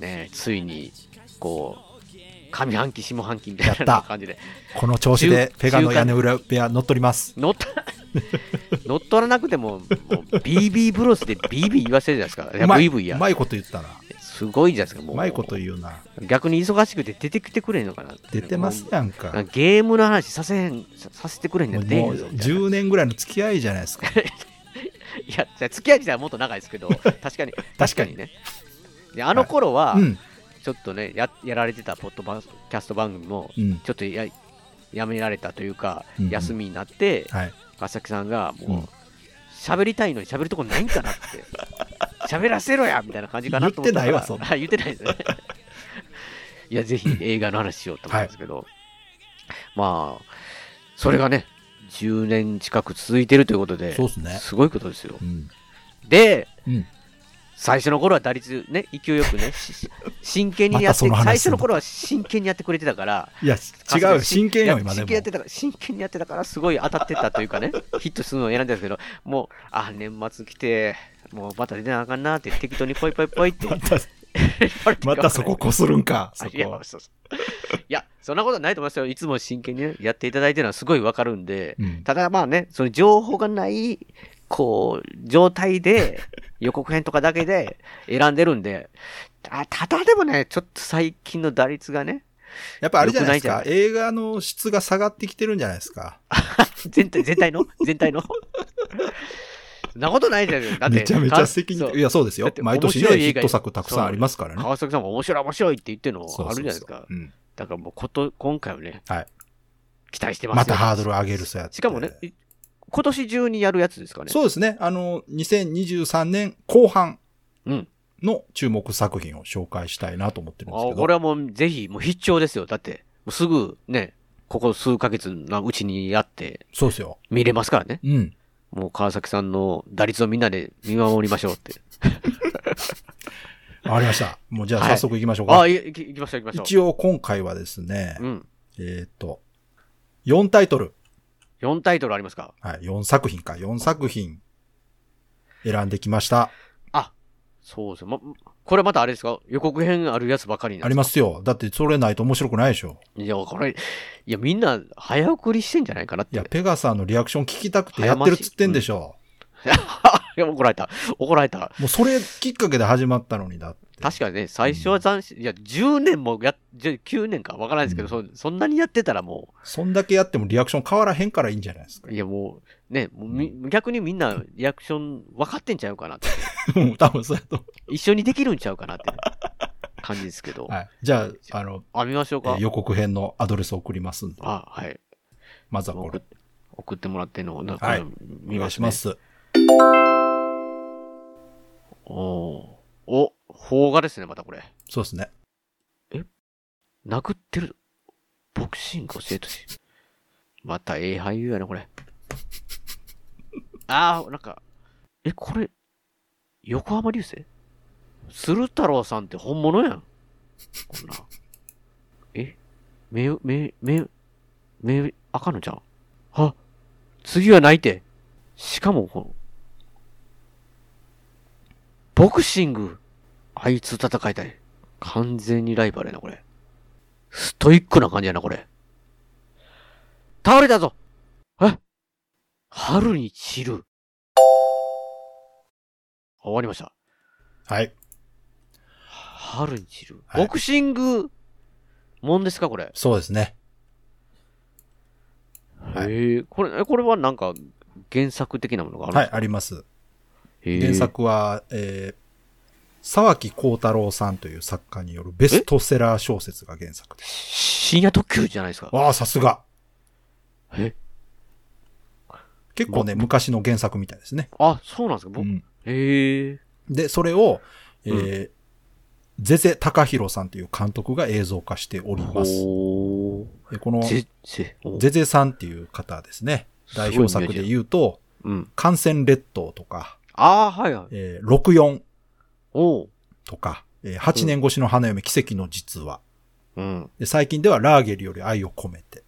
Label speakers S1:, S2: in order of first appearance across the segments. S1: ねついにこう上半期下半期みた
S2: や
S1: い
S2: っ
S1: な
S2: た
S1: 感じで
S2: この調子で
S1: 中
S2: ペガの屋根裏部屋乗っ取ります。
S1: 乗った 乗っ取らなくてももう BB ブロスで BB 言わせるじゃないですか。いや
S2: うまい
S1: VV
S2: う
S1: や。
S2: まいこと言ったな。
S1: すごいじゃないですか。も
S2: う
S1: う
S2: まいこと言うな。
S1: 逆に忙しくて出てきてくれんのかな。
S2: 出てますやん
S1: もう。
S2: か。
S1: ゲームの話させへんささせてくれん
S2: も
S1: の
S2: う
S1: で
S2: もう10年ぐらいの付き合いじゃな いですか。
S1: いや、じゃあ付き合い自体はもっと長いです けど、確かに、確かにね。であの頃は
S2: う、ん。
S1: ちょっとね、ややられてたポッドバキャスト番組も、
S2: うん。
S1: ちょっとややめられたというか、
S2: うんうん
S1: 休みになって、
S2: はい。
S1: 川崎さんが
S2: うん
S1: もう喋りたいのに喋るとこないんかなって 喋らせろやみたいな感じかなと思ったから
S2: 言ってないわそんな
S1: あ 言ってない ですねいやぜひ映画の話しようと思うんですけど、まあそれがね10年近く続いてるということで
S2: そうっすね
S1: ごいことですよ
S2: うん。
S1: で
S2: うん。
S1: 最初の頃は打率ね勢いよくねし真剣にやって、
S2: またその話
S1: 最初の頃は真剣にやってくれてたから
S2: いや、違う。真剣よ、今で
S1: 真
S2: も
S1: 剣。やってたから、真剣にやってたから、すごい当たってたというかね、ヒットするのを選んだんですけど、もう、あ、年末来て、もうまた出なあかんなって、適当にポイポイポイって。
S2: また、 またそここするんか。そ
S1: あ
S2: こ
S1: い。や、そうそういや、そんなことないと思いますよ。いつも真剣にねやっていただいてるのはすごいわかるんで、
S2: うん。
S1: ただまあね、その情報がない、こう、状態 で、予告編とかだけで選んでるんで、あただでもね、ちょっと最近の打率がね、
S2: やっぱあれじゃないです
S1: 良く
S2: か。
S1: ない
S2: 映画の質が下がってきてるんじゃないですか。
S1: 全体、全体 の全体のそんなことないじゃないですか。だっ て、
S2: めちゃめちゃ責
S1: か
S2: 任。
S1: そう
S2: いや、そうです
S1: だ
S2: よ
S1: って。
S2: 毎年
S1: 面白
S2: ね、
S1: い
S2: ヒ
S1: 映画
S2: ット作たくさんありますからね。
S1: 川崎さんも面白い面白いって言ってるの
S2: そうそうそう
S1: あるじゃないですか。
S2: うん
S1: だからもうこと、今回はね、
S2: はい
S1: 期待してますよ
S2: またハードル上げるそうやって
S1: しかもね、い今年中にやるやつですかね。
S2: そうですね。あの、2023年後半
S1: うん
S2: の注目作品を紹介したいなと思ってるんですけ
S1: あ
S2: ど。
S1: これはもうぜひ、もう必聴ですよ。だって、もうすぐね、ここ数ヶ月のうちにやって
S2: そうですよ。
S1: 見れますからね。
S2: うん。
S1: もう川崎さんの打率をみんなで見守りましょうって。
S2: わかりました。もうじゃあ
S1: はい
S2: 早速行きましょうか。
S1: あ、いいきましょう行きましょ
S2: 一応今回はですね、
S1: う。うん。
S2: えっ、と、4タイトル、
S1: 4タイトルありますか
S2: はい、4作品か、4作品選んできました。
S1: そうですよ。ま、これまたあれですか予告編あるやつばかりなん
S2: あ
S1: で
S2: り
S1: す
S2: ますよ。だってそれないと面白くないでしょ。
S1: かいや、これ、いや、みんな早送りしてんじゃないかなっ
S2: い
S1: て。
S2: や、ペガさんのリアクション聞きたくてやってるっつってんでしょ。
S1: いや怒られた。怒られた。
S2: もうそれきっかけで始まったのにだって。
S1: 確かにね、最初は斬新。いや、10年もや、じゃ9年かわからないですけど、そ、そんなにやってたらも
S2: そんだけやってもリアクション変わらへんからいいんじゃないですか
S1: う、い。や、もう、ね、もうみ逆にみんなリアクション分かってんちゃうかなって。
S2: もう多分そうやと思う
S1: 一緒にできるんちゃうかなって感じですけど。
S2: はい。じゃあ、あの、
S1: あ、見ましょう
S2: え
S1: か
S2: ー。予告編のアドレスを送りますんで、
S1: あ、はい。
S2: まずはこ
S1: 送
S2: れ
S1: っ、送ってもらってんのを、なんか、
S2: はいお
S1: 見
S2: 願
S1: ま
S2: い
S1: す
S2: し
S1: ね
S2: ます。
S1: おーお、邦画ですね、またこれ。
S2: そうですね。
S1: 殴ってる。ボクシング教えてほしい。またええ俳優やな、これ。ああ、なんか、え、これ、横浜流星鶴太郎さんって本物やん。こんな。え目、目、目、目、赤のじゃん。は次はないて。しかも、この、ボクシング。あいつ戦いたい。完全にライバルやな、これ。ストイックな感じやな、これ。倒れたぞえ春に散る。終わりました。
S2: はい。
S1: 春に散る。
S2: はい
S1: ボクシング、もんですか、これ。
S2: そうですね。はい
S1: へえ、これ、えこれはなんか、原作的なものがあるん
S2: は
S1: で
S2: い、あります。
S1: すか
S2: 原。作は、えー、沢木幸太郎さんという作家によるベストセラー小説が原作
S1: へえ
S2: です。
S1: 深夜特急じゃないですか。
S2: わあ、さすが。
S1: え
S2: 結構ね、昔の原作みたいですね。
S1: あ、そうなんですか。ぼ
S2: うん
S1: へえ。
S2: で、それを、え
S1: う
S2: ー、ゼゼ高弘さんという監督が映像化しております。
S1: おー。
S2: でこの、
S1: ぜ、ぜ、お
S2: ゼゼさんっていう方ですね。代表作で言うと、
S1: うん。
S2: 感染列島とか、
S1: ああ、はいはい。
S2: えー、64
S1: おう。
S2: とか、えー、8年越しの花嫁奇跡の実話。
S1: うん。
S2: で最近ではラーゲリより愛を込めて。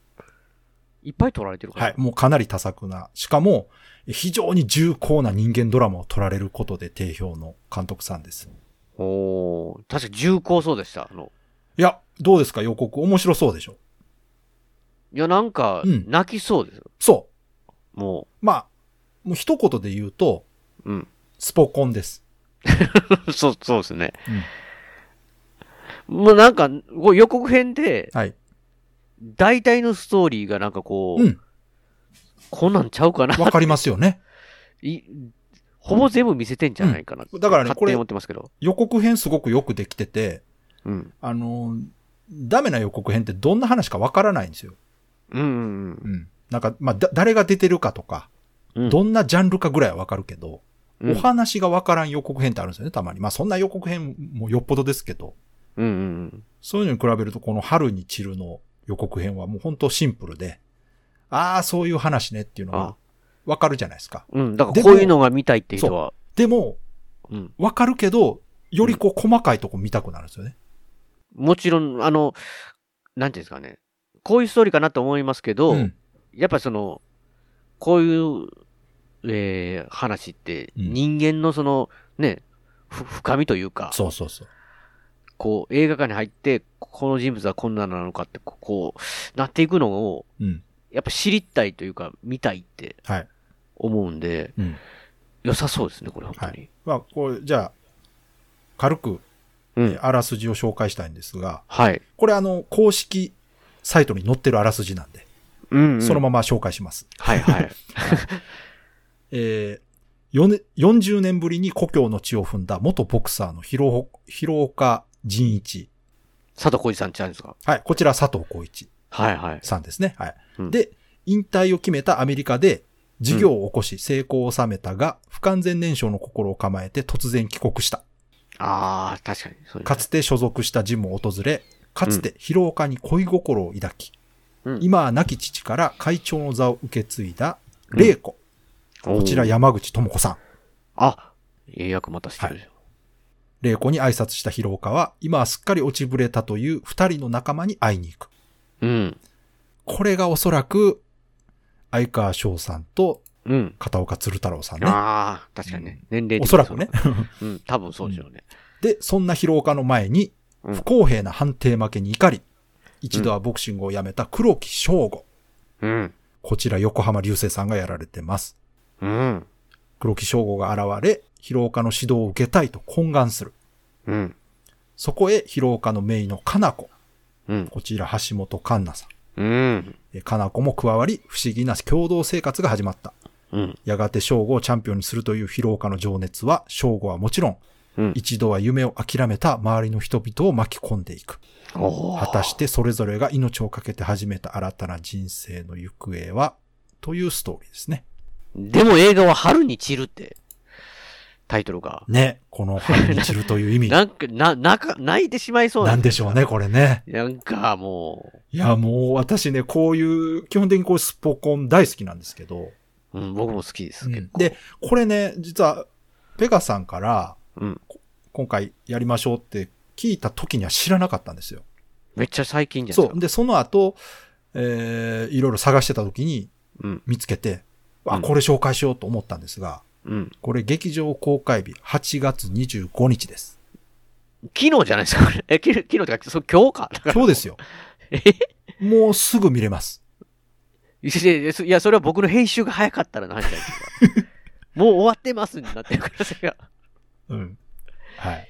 S1: いっぱい撮られてるから。
S2: はい。。もうかなり多作な。しかも、えー非常に重厚な人間ドラマを撮られることで定評の監督さんです。
S1: おー。確か重厚そうでした。あの、
S2: いや、どうですか予告面白そうでしょ
S1: いや、なんか、
S2: うん
S1: 泣きそうですよ。
S2: そう。
S1: も
S2: まあ、もう一言で言うと、
S1: う。うん。
S2: スポコンです。
S1: そう、 そうですね。もうなんか、こう予告編で、
S2: はい。
S1: 大体のストーリーがなんかこう、
S2: うん。
S1: こんなんちゃうかな。
S2: わかりますよ ね。
S1: いほぼ全部見せてんじゃないかな、
S2: うんだからね
S1: 勝
S2: こ
S1: 手
S2: れ
S1: に思ってますけど。
S2: 予告編すごくよくできてて、
S1: うん。
S2: あのー、ダメな予告編ってどんな話かわからないんですよ。
S1: うんうん
S2: うん。なんか、まあ、だ、誰が出てるかとか、
S1: うん。
S2: どんなジャンルかぐらいはわかるけど、
S1: うん
S2: お話がわからん予告編ってあるんですよね、たまに。まあ、そんな予告編もよっぽどですけど、
S1: うんうん
S2: そういうのに比べると、この春に散るの予告編はもうほんとシンプルで、ああ、そういう話ねっていう
S1: う
S2: の
S1: ん。あ
S2: が、わかるじゃないですか。
S1: うん。だか
S2: で
S1: らこういうのが見たいって人は、
S2: でも、
S1: うん。
S2: わかるけど、よりこう細かいとこ見たくなるんですよね。
S1: もちろん、あの、なんていうんですかね。こういうストーリーかなと思いますけど、
S2: ん。
S1: やっぱりその、こういう、えー話って、
S2: うん
S1: 人間のその、ね、ふ深みというか、
S2: そうそうそう。
S1: こう、映画館に入って、この人物はこんななのかって、こうこう、なっていくのを、
S2: うん。
S1: やっぱ知りたいというか、見たいって
S2: はい。
S1: 思うんで、
S2: うん。
S1: 良さそうですね、これ、本当に。
S2: はまあ、これ、じゃあ、軽く、
S1: う
S2: え
S1: ん。
S2: あらすじを紹介したいんですが、
S1: はい。
S2: これあの、公式サイトに載ってるあらすじなんで、
S1: うん、うん。
S2: そのまま紹介します。
S1: はいはい。
S2: えー、よね40年ぶりに故郷の血を踏んだ元ボクサーの広岡広岡仁一。
S1: 佐藤浩市さんちゃうんですか
S2: はい。こちら佐藤浩一
S1: はいはい。
S2: さんですね。はい。
S1: うん
S2: で、引退を決めたアメリカで事業を起こし成功を収めたが、不完全燃焼の心を構えて突然帰国した。
S1: ああ、確かに。そうですね
S2: かつて所属したジムを訪れ、かつて広岡に恋心を抱き、
S1: うん
S2: 今は亡き父から会長の座を受け継いだ玲子、こちら。
S1: おー
S2: 山口智子さん。
S1: あ、英訳またしてるじゃん。
S2: 玲子に挨拶した広岡は、今はすっかり落ちぶれたという二人の仲間に会いに行く。
S1: うん。
S2: これがおそらく、相川翔さんと
S1: うん。
S2: 片岡鶴太郎さんね。
S1: ああ、確かにね。年齢的に
S2: おそらくね。。
S1: うん、多分そうでしょうね。
S2: で、そんな広岡の前に、
S1: うん
S2: 不公平な判定負けに怒り、一度はボクシングをやめた黒木翔吾。
S1: うん。
S2: こちら横浜流星さんがやられてます。
S1: うん。
S2: 黒木翔吾が現れ、広岡の指導を受けたいと懇願する。
S1: うん。
S2: そこへ広岡の姪のかな子。
S1: うん。
S2: こちら橋本環奈さん。
S1: うん。
S2: えかな子も加わり、不思議な共同生活が始まった。
S1: うん。
S2: やがて翔吾をチャンピオンにするという広岡の情熱は、翔吾はもちろん、
S1: うん。
S2: 一度は夢を諦めた周りの人々を巻き込んでいく。
S1: おー
S2: 果たしてそれぞれが命を懸けて始めた新たな人生の行方は、というストーリーですね。
S1: でも映画は春に散るって、タイトルが。
S2: ね。この春に散るという意味。
S1: なんか、な、なか、泣いてしまいそう
S2: なんでしょうね、これね。
S1: なんかも
S2: いや、もう私ね、こういう、基本的にこういうスポコン大好きなんですけど。
S1: う、うん、僕も好きです。結構
S2: で、これね、実は、ペガさんから、
S1: うん。
S2: 今回やりましょうって聞いた時には知らなかったんですよ。
S1: めっちゃ最近じゃない
S2: そ
S1: です
S2: う。
S1: か。
S2: で、その後、えー、いろいろ探してた時に
S1: うん。
S2: 見つけて、
S1: う
S2: あ、
S1: ん
S2: これ紹介しようと思ったんですが、
S1: うん。
S2: これ劇場公開日8月25日です。
S1: 昨日じゃないですか、これえ、き昨日ってか、そう今日か。だから
S2: 今日ですよ。もうすぐ見れます。
S1: いやいやそいや、それは 僕の編集が早かったらの話じゃないですか。もう終わってますになってるから、それが。
S2: うん。はい。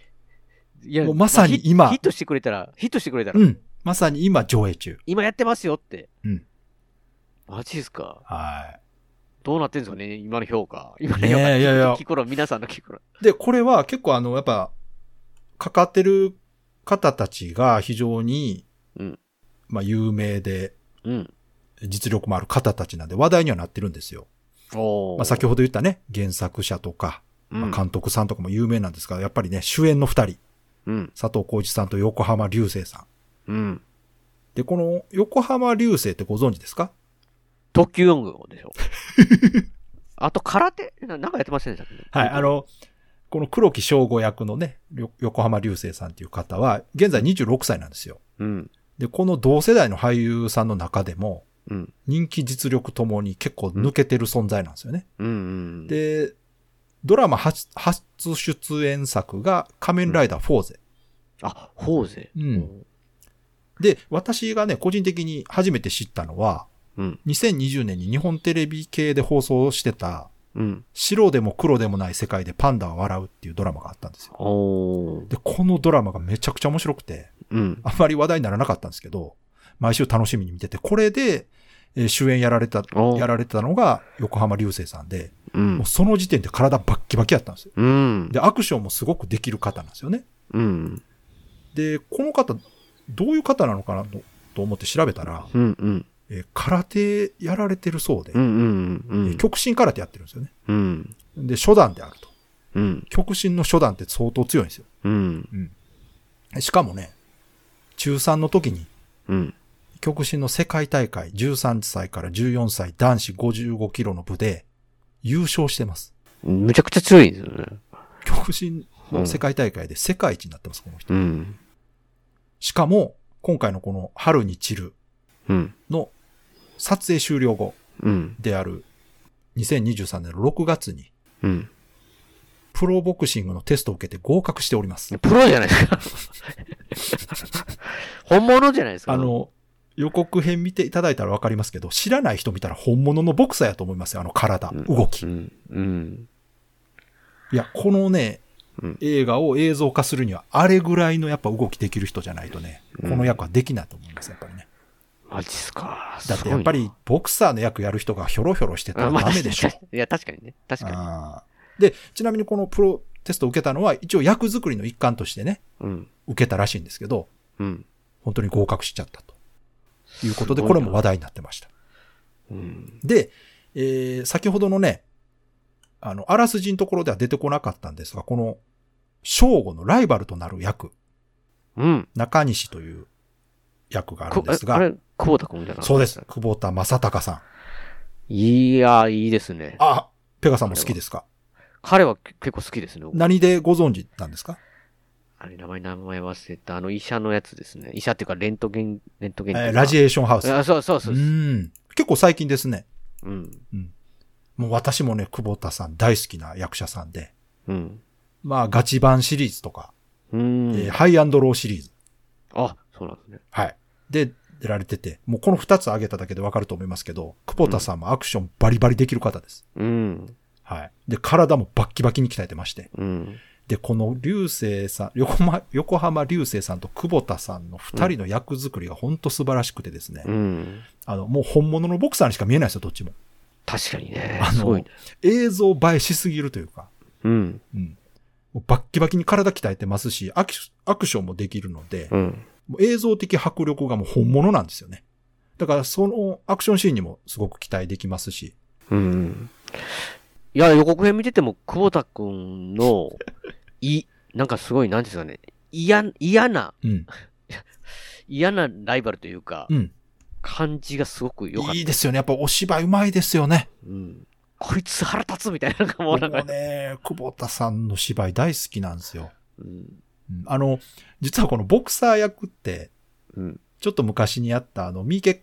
S1: いや
S2: もうまさに
S1: あヒ
S2: 今
S1: ヒットしてくれたら、ヒットしてくれたら、
S2: うん。まさに今上映中。
S1: 今やってますよって。
S2: うん
S1: マジですか。
S2: は
S1: どうなってんすかね、今の評価。今の
S2: ねえ
S1: 評価。
S2: いやいや
S1: 聞くろ、皆さんの聞くろ。
S2: い。で、これは結構あの、やっぱ、かかってる方たちが非常に、
S1: うん
S2: まあ、有名で、
S1: うん。
S2: 実力もある方たちなんで話題にはなってるんですよ。
S1: おー
S2: まあ、先ほど言ったね、原作者とか、
S1: うん
S2: まあ監督さんとかも有名なんですが、やっぱりね、主演の二人、
S1: うん。
S2: 佐藤浩市さんと横浜流星さん。
S1: うん。
S2: で、この横浜流星ってご存知ですか
S1: 特急音楽で しょ。あと、空手ななんかやってませんでしたっけ
S2: はい、あ、の、この黒木翔吾役のね、よ横浜流星さんっていう方は、現在26歳なんですよ。
S1: うん。
S2: で、この同世代の俳優さんの中でも、
S1: うん。
S2: 人気実力ともに結構抜けてる存在なんですよね。
S1: うん。うん。、
S2: で、ドラマ初初出演作が仮面ライダーフォーゼ。
S1: あ、ホーゼ。
S2: うんで、私がね、個人的に初めて知ったのは、
S1: うん。
S2: 2020年に日本テレビ系で放送してた、
S1: うん。
S2: 白でも黒でもない世界でパンダは笑うっていうドラマがあったんですよ。
S1: おー。
S2: で、このドラマがめちゃくちゃ面白くて、
S1: うん。
S2: あんまり話題にならなかったんですけど、毎週楽しみに見てて、これで、えー主演やられた、
S1: お
S2: やられたのが横浜流星さんで、
S1: う
S2: も
S1: ん
S2: う。その時点で体バッキバキやったんですよ。
S1: うん。
S2: で、アクションもすごくできる方なんですよね。
S1: うん。
S2: で、この方、どういう方なのかなとと思って調べたら、
S1: うん。うん。
S2: えー空手やられてるそうで、
S1: うん。うん。うん
S2: えー。極真空手やってるんですよね。
S1: うん。
S2: で、初段であると。
S1: うん。
S2: 極真の初段って相当強いんですよ。
S1: うん。
S2: しかもね、中3の時に
S1: うん。
S2: 極真の世界大会13歳から14歳男子55キロの部で優勝してます。
S1: むちゃくちゃ強いんですよね。
S2: 極真の世界大会で世界一になってます、この人
S1: う。ん。
S2: しかも、今回のこの春に散る
S1: うん。
S2: の撮影終了後
S1: うん。
S2: である2023年の6月に
S1: うん。
S2: プロボクシングのテストを受けて合格しております。
S1: プロじゃないですか。 本物じゃないですか。
S2: あ、の、予告編見ていただいたらわかりますけど、知らない人見たら本物のボクサーやと思いますよ、あの体、
S1: うん
S2: 動き
S1: う。ん。うん。
S2: いや、このね、
S1: うん
S2: 映画を映像化するには、あれぐらいのやっぱ動きできる人じゃないとね、
S1: う
S2: こ
S1: ん
S2: の役はできないと思います、やっぱりね。
S1: マジっすか。
S2: だってやっぱ
S1: す
S2: り、ボクサーの役やる人がひょろひょろして
S1: ご
S2: た
S1: いな、
S2: ら
S1: あまあ
S2: ダメでしょ。
S1: 確かにいや、確かにね。確かに。
S2: あーで、ちなみにこのプロテストを受けたのは、一応役作りの一環としてね、
S1: うん。
S2: 受けたらしいんですけど、
S1: うん。
S2: 本当に合格しちゃったと。いうことで、
S1: すごいな
S2: これも話題になってました。
S1: うん。
S2: で、えー先ほどのね、あの、あらすじのところでは出てこなかったんですが、この、正吾のライバルとなる役、
S1: うん。
S2: 中西という役があるん
S1: こ
S2: です
S1: あ
S2: が、
S1: れ、久保田君じゃない
S2: そうです。。久保田正隆さん。
S1: いや、いいですね。
S2: あ、ペガさんも好きですか
S1: 彼は結構好きですね。
S2: 何でご存知なんですか
S1: あれ、名前、名前忘れた。あの、医者のやつですね。医者っていうか、レントゲン、レントゲンってい
S2: え
S1: う
S2: ー
S1: か。
S2: ラジエーションハウス。う
S1: あそうそうそう。
S2: ん。結構最近ですね。
S1: うん。
S2: もう私もね、久保田さん大好きな役者さんで、
S1: うん。
S2: まあ、ガチ版シリーズとか、
S1: うん。
S2: えーハイアンドローシリーズ。
S1: あ、そうなんですね。
S2: はい。で、出られてて、もうこの二つ挙げただけでわかると思いますけど、久保田さんもアクションバリバリできる方です。
S1: うん。
S2: はい。で、体もバッキバキに鍛えてまして。
S1: うん。
S2: で、この流星さん、横浜、横浜流星さんと久保田さんの二人の役作りが本当素晴らしくてですね、
S1: うん。
S2: あの、もう本物のボクサーにしか見えないですよ、どっちも。
S1: 確かにね
S2: あ。の
S1: すごいね。
S2: 映像映えしすぎるというか、
S1: うん。
S2: うん。もうバッキバキに体鍛えてますし、アクシアクションもできるので、
S1: うん。
S2: もう映像的迫力がもう本物なんですよね。だからそのアクションシーンにもすごく期待できますし、
S1: うん。いや、予告編見てても、久保田くん の、い、なんかすごい、なんていうんですかね。嫌、嫌な、
S2: うん。
S1: 嫌なライバルというか、
S2: うん。
S1: 感じがすごく良かっ
S2: いいですよね。やっぱお芝居うまいですよね。
S1: た。うん。こいつ腹立つみたいな、なんかも
S2: も
S1: う
S2: う
S1: なんか、
S2: ね、久保田さんの芝居大好きなんですよ。
S1: うん。
S2: うんあの、実はこのボクサー役って、
S1: うん。
S2: ちょっと昔にやったあの、三池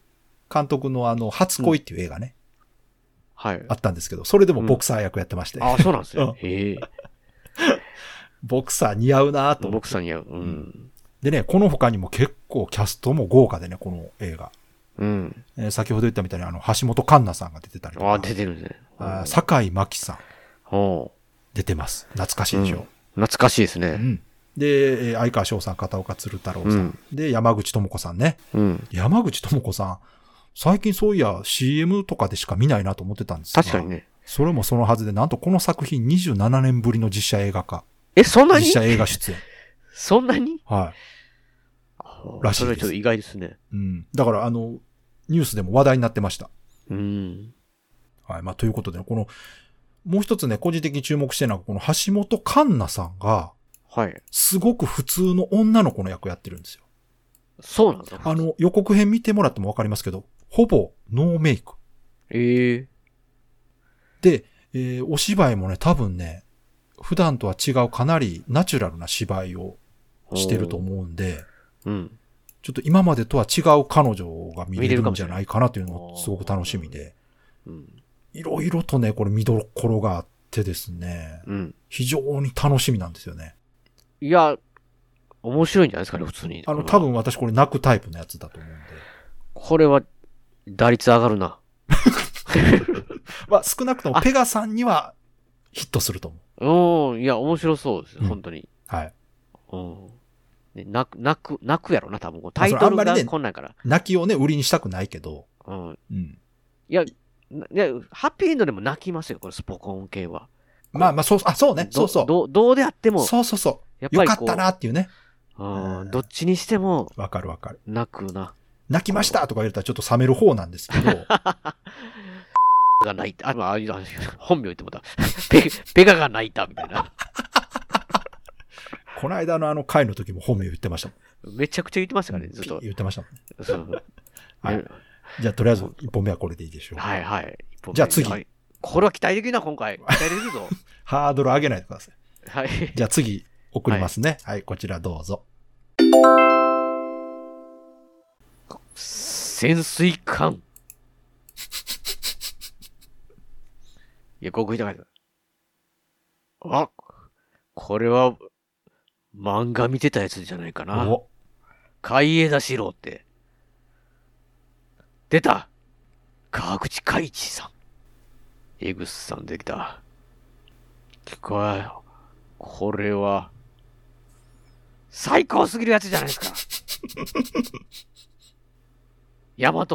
S2: 監督のあの、初恋っていう映画ね、
S1: はい。
S2: あったんですけど、それでもボクサー役やってまして、
S1: あ、そうなんです
S2: うん
S1: よ。へえ。
S2: ボクサー似合うなと
S1: ボ
S2: 思って。
S1: クサーに合う。うん。
S2: でね、この他にも結構キャストも豪華でね、この映画。
S1: うん。
S2: えー先ほど言ったみたいにあの、橋本環奈さんが出てたりとか、
S1: あ、出てるんですね。
S2: あー酒井真紀さん
S1: ほ
S2: 出てます。懐かしいでしょ。
S1: う。懐かしいです
S2: う
S1: ね。
S2: ん。で、えー相川翔さん、片岡鶴太郎さん。
S1: うん
S2: で、山口智子さんね。
S1: うん。
S2: 山口智子さん、最近そういや CM とかでしか見ないなと思ってたんですが
S1: 確かに。ね。
S2: それもそのはずで、なんとこの作品27年ぶりの実写映画化。
S1: え、そんな
S2: 実
S1: に
S2: 写映画出演。
S1: そんなに
S2: はらしいです
S1: それはちょっと意外ですね。
S2: い。うん。だから、あの、ニュースでも話題になってました。
S1: うん。
S2: はい。まあ、ということで、この、もう一つね、個人的に注目してるのは、この橋本環奈さんが、
S1: はい。
S2: すごく普通の女の子の役やってるんですよ。
S1: そうなんだ。
S2: あの、予告編見てもらってもわかりますけど、ほぼノーメイク。
S1: ええ
S2: で、えーお芝居もね、多分ね、普段とは違うかなりナチュラルな芝居をしてると思うんで、
S1: う。うん。
S2: ちょっと今までとは違う彼女が見れるんじゃないかなというのがすごく楽しみで、
S1: うん。
S2: いろいろとね、これ見どころがあってですね、
S1: うん。
S2: 非常に楽しみなんですよね。
S1: いや、面白いんじゃないですかね、普通に。
S2: あの、
S1: これは
S2: 多。分私これ泣くタイプのやつだと思うんで。
S1: これは、打率上がるな。
S2: まあ少なくとも
S1: あ
S2: ペガさんにはヒットすると思う。
S1: うん。いや、面白そうです。
S2: うん
S1: 本当に。
S2: はい。
S1: うん。で泣く、泣く、泣くやろな、多分。こうタイトル
S2: あそれあんまり
S1: が
S2: ね
S1: こんなんやから。
S2: 泣きをね、売りにしたくないけど、
S1: うん。
S2: うん。
S1: いや、ないやハッピーエンドでも泣きますよ、このスポコン系は。
S2: まあまあ、そう、あ、そうね、そ
S1: ど
S2: うそう。
S1: どどうであっても、
S2: そうそうそ
S1: やっ
S2: う。よ
S1: ぱり
S2: か
S1: こう
S2: ったなっていうね。
S1: う
S2: うん
S1: ん、どっちにしても
S2: わかるわかる。
S1: 泣くな。
S2: 泣きましたとか言ったらちょっと冷める方なんですけど、
S1: が泣いた。あ、まあ、あいいな本名言ってもうた。 ペ、ペガが泣いた、みたいな。
S2: この間のあの回の時も本名言ってましたもん。
S1: めちゃくちゃ言ってましたからね、ずっ
S2: ピー
S1: と。
S2: 言ってましたもんね。
S1: そう
S2: はい
S1: ね
S2: じゃあとりあえず1本目はこれでいいでしょう。
S1: はいはい。一本目
S2: じゃあ次
S1: はいこれは期待できるな、今 回。期待できるぞ。
S2: ハードル上げないでください。
S1: はい。
S2: じゃあ次送りますね。はい、こちらどうぞ。
S1: 潜水艦。いや、ここ行かあ、これは、漫画見てたやつじゃないかな。
S2: お
S1: 海江田四郎って。出た川口海一さん。江口さんできた。これ、これは、最高すぎるやつじゃないですか。大和、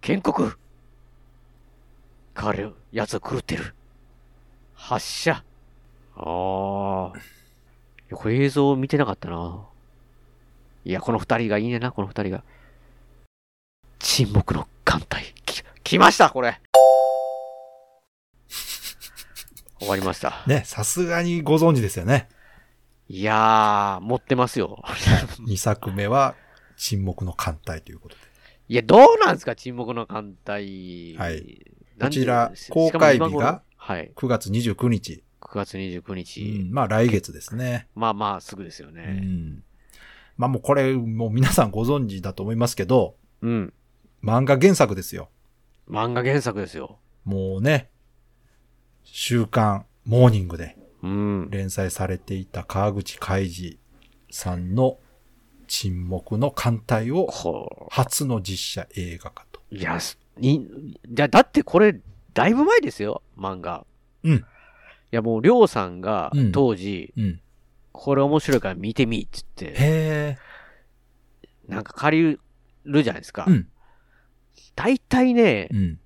S1: 建国。彼、奴を狂ってる。発射。ああ。いやこれ映像見てなかったな。いや、この二人がいいねんな、この二人が。沈黙の艦隊。き、来ました、これ。終わりました。
S2: ね、さすがにご存知ですよね。
S1: いやー、持ってますよ。
S2: 2作目は沈黙の艦隊ということで。
S1: いや、どうなんですか、沈黙の艦隊。
S2: はい
S1: なんで
S2: こちら
S1: し
S2: 公開
S1: し
S2: 日が
S1: かも今頃はい、
S2: 9月29日。
S1: 9月29
S2: う
S1: 日。
S2: ん、まあ来月ですね。
S1: まあまあ、すぐですよ
S2: う
S1: ね。
S2: ん。まあもうこれ、もう皆さんご存知だと思いますけど、
S1: うん。
S2: 漫画原作ですよ。
S1: 漫画原作ですよ。
S2: もうね、週刊モーニングで
S1: うん。
S2: 連載されていた川口海二さんの沈黙の艦隊を
S1: こ
S2: 初の実写映画化と。
S1: う。いや、すいだだってこれ、だいぶ前ですよ、漫画。
S2: うん
S1: いや、もう、りょうさんが
S2: うん
S1: 当時、
S2: うん。
S1: これ面白いから見てみ、っつって、
S2: へえ。
S1: なんか借りるじゃないですか。
S2: うん。
S1: 大体ね
S2: う、ん。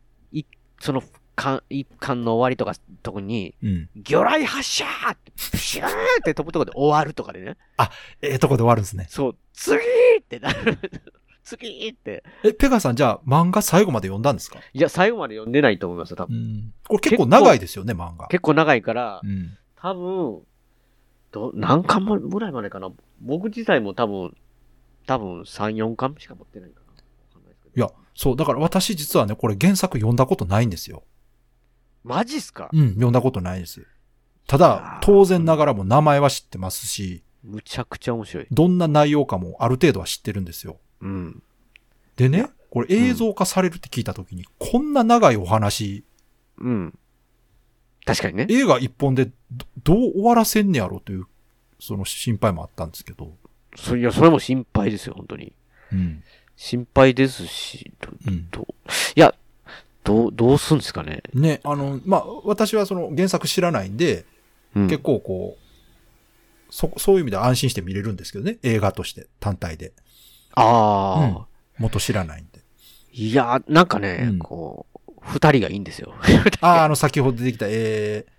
S1: その、か一巻の終わりとか、特に、
S2: うん。
S1: 魚雷発射ーって、プシューって飛ぶとこで終わるとかでね。
S2: ええとこで終わるんですね。
S1: そう、次ってなる。 次って。
S2: え、ペガさん、じゃあ漫画最後まで読んだんですか
S1: いや、最後まで読んでないと思いますよ、多
S2: う
S1: 分。
S2: ん。これ結構長いですよね、漫画。
S1: 結構長いから
S2: う、ん。
S1: 多分、ど、何巻まぐらいまでかな。僕自体も多分、多分3、4巻しか持ってないかな。わかんないですけど
S2: いや、そう、だから私実はね、これ原作読んだことないんですよ。
S1: マジっすか
S2: うん、読んだことないです。ただ、当然ながらも名前は知ってますし、
S1: むちゃくちゃ面白い。
S2: どんな内容かもある程度は知ってるんですよ。
S1: うん。
S2: でね、これ映像化されるって聞いたときに、こんな長いお話、
S1: うん。確かにね。
S2: 映画一本でどどう終わらせんねやろという、その心配もあったんですけど。
S1: そいや、それも心配ですよ、本当に。
S2: うん。
S1: 心配ですし、ど、
S2: うん。
S1: どういや、どう、どうすんですかね。
S2: ね、あの、まあ、私はその原作知らないんで、
S1: うん
S2: 結構こう、そ、そういう意味では安心して見れるんですけどね。映画として、単体で。
S1: ああ、
S2: うん元知らないんで。
S1: いやー、なんかね、
S2: うん
S1: こう、二人がいいんですよ。
S2: ああ、あの、先ほど出てきた、えー、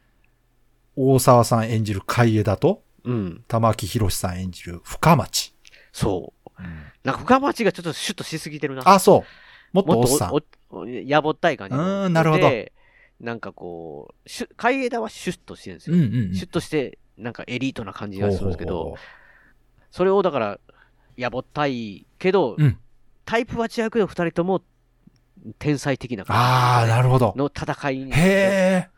S2: 大沢さん演じる海江田と、
S1: うん、
S2: 玉木宏さん演じる深町。
S1: そう。なんか深町がちょっとシュッとしすぎてるな。
S2: あ、そう。もっと
S1: も
S2: お
S1: っ
S2: っ
S1: と
S2: さん。
S1: おおやぼったい感じの。
S2: うーんなるほど
S1: で、なんかこう、しゅ海江田はシュッとしてるんです
S2: うん
S1: よ。
S2: うんうん。
S1: シュッとして、なんかエリートな感じがするんですけど、
S2: ほうほうほうほ
S1: それをだから、やぼったいけど、
S2: うん
S1: タイプは違うけど、二人とも天才的な
S2: うああ、
S1: 感
S2: なるほど
S1: じ。の戦いで、
S2: へ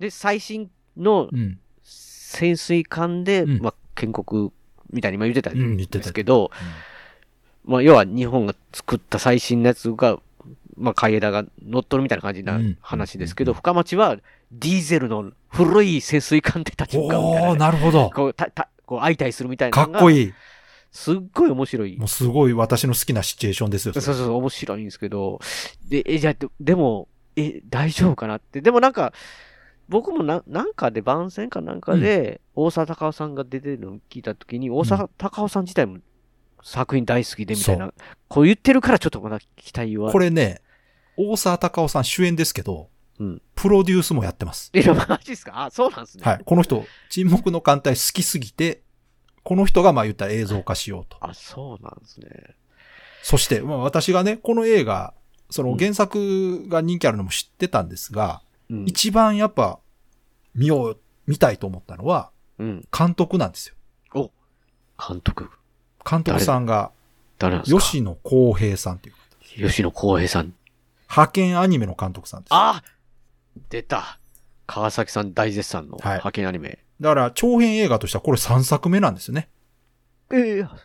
S2: え。
S1: 最新の
S2: うん。
S1: 潜水艦で、
S2: うん
S1: まあ、建国みたいに今言ってた
S2: うん
S1: ん
S2: 言って
S1: で
S2: た
S1: すけど、まあ、要は日本が作った最新のやつが、まあ、海江田が乗っ取るみたいな感じな
S2: うん
S1: 話ですけど、
S2: うん
S1: 深町はディーゼルの古い潜水艦で立ち向かうみたい
S2: お
S1: な
S2: お
S1: ね、
S2: なるほど。
S1: こうたたこう相対するみたい
S2: か
S1: な
S2: っ
S1: のが、
S2: こいい。
S1: すっごい面白い
S2: もうすごい私の好きなシチュエーションですよ。
S1: そう
S2: そ
S1: そう
S2: れ
S1: そう、面白いんですけど、で、え、じゃあ、ででも、え、大丈夫かなって。でもなんか、僕もななんかで、番宣かなんかで、大沢たかおさんが出てるのを聞いたときに、大沢たかおさん自体も作品大好きでみたいな、こう言ってるからちょっとまだ期待は。
S2: これね、大沢たかおさん主演ですけど、
S1: うん
S2: プロデュースもやってます。
S1: いや、マジですかあ、そうなんですね。
S2: はい。この人、沈黙の艦隊好きすぎて、この人がまあ言ったら映像化しようと。
S1: あ、そうなんですね。
S2: そして、まあ私がね、この映画、その
S1: うん
S2: 原作が人気あるのも知ってたんですが、
S1: うん。
S2: 一番やっぱ見よう、見たいと思ったのは
S1: うん。
S2: 監督なんですよ。
S1: お、監督、
S2: 監督さんが
S1: 誰なんですか
S2: 吉野光平さんっていう、
S1: 吉野光平さん。
S2: 派遣アニメの監督さんです。
S1: あ出た。川崎さん大絶賛の
S2: はい
S1: 派遣アニメ。
S2: だから長編映画としてはこれ3作目なんですよね。
S1: ええあ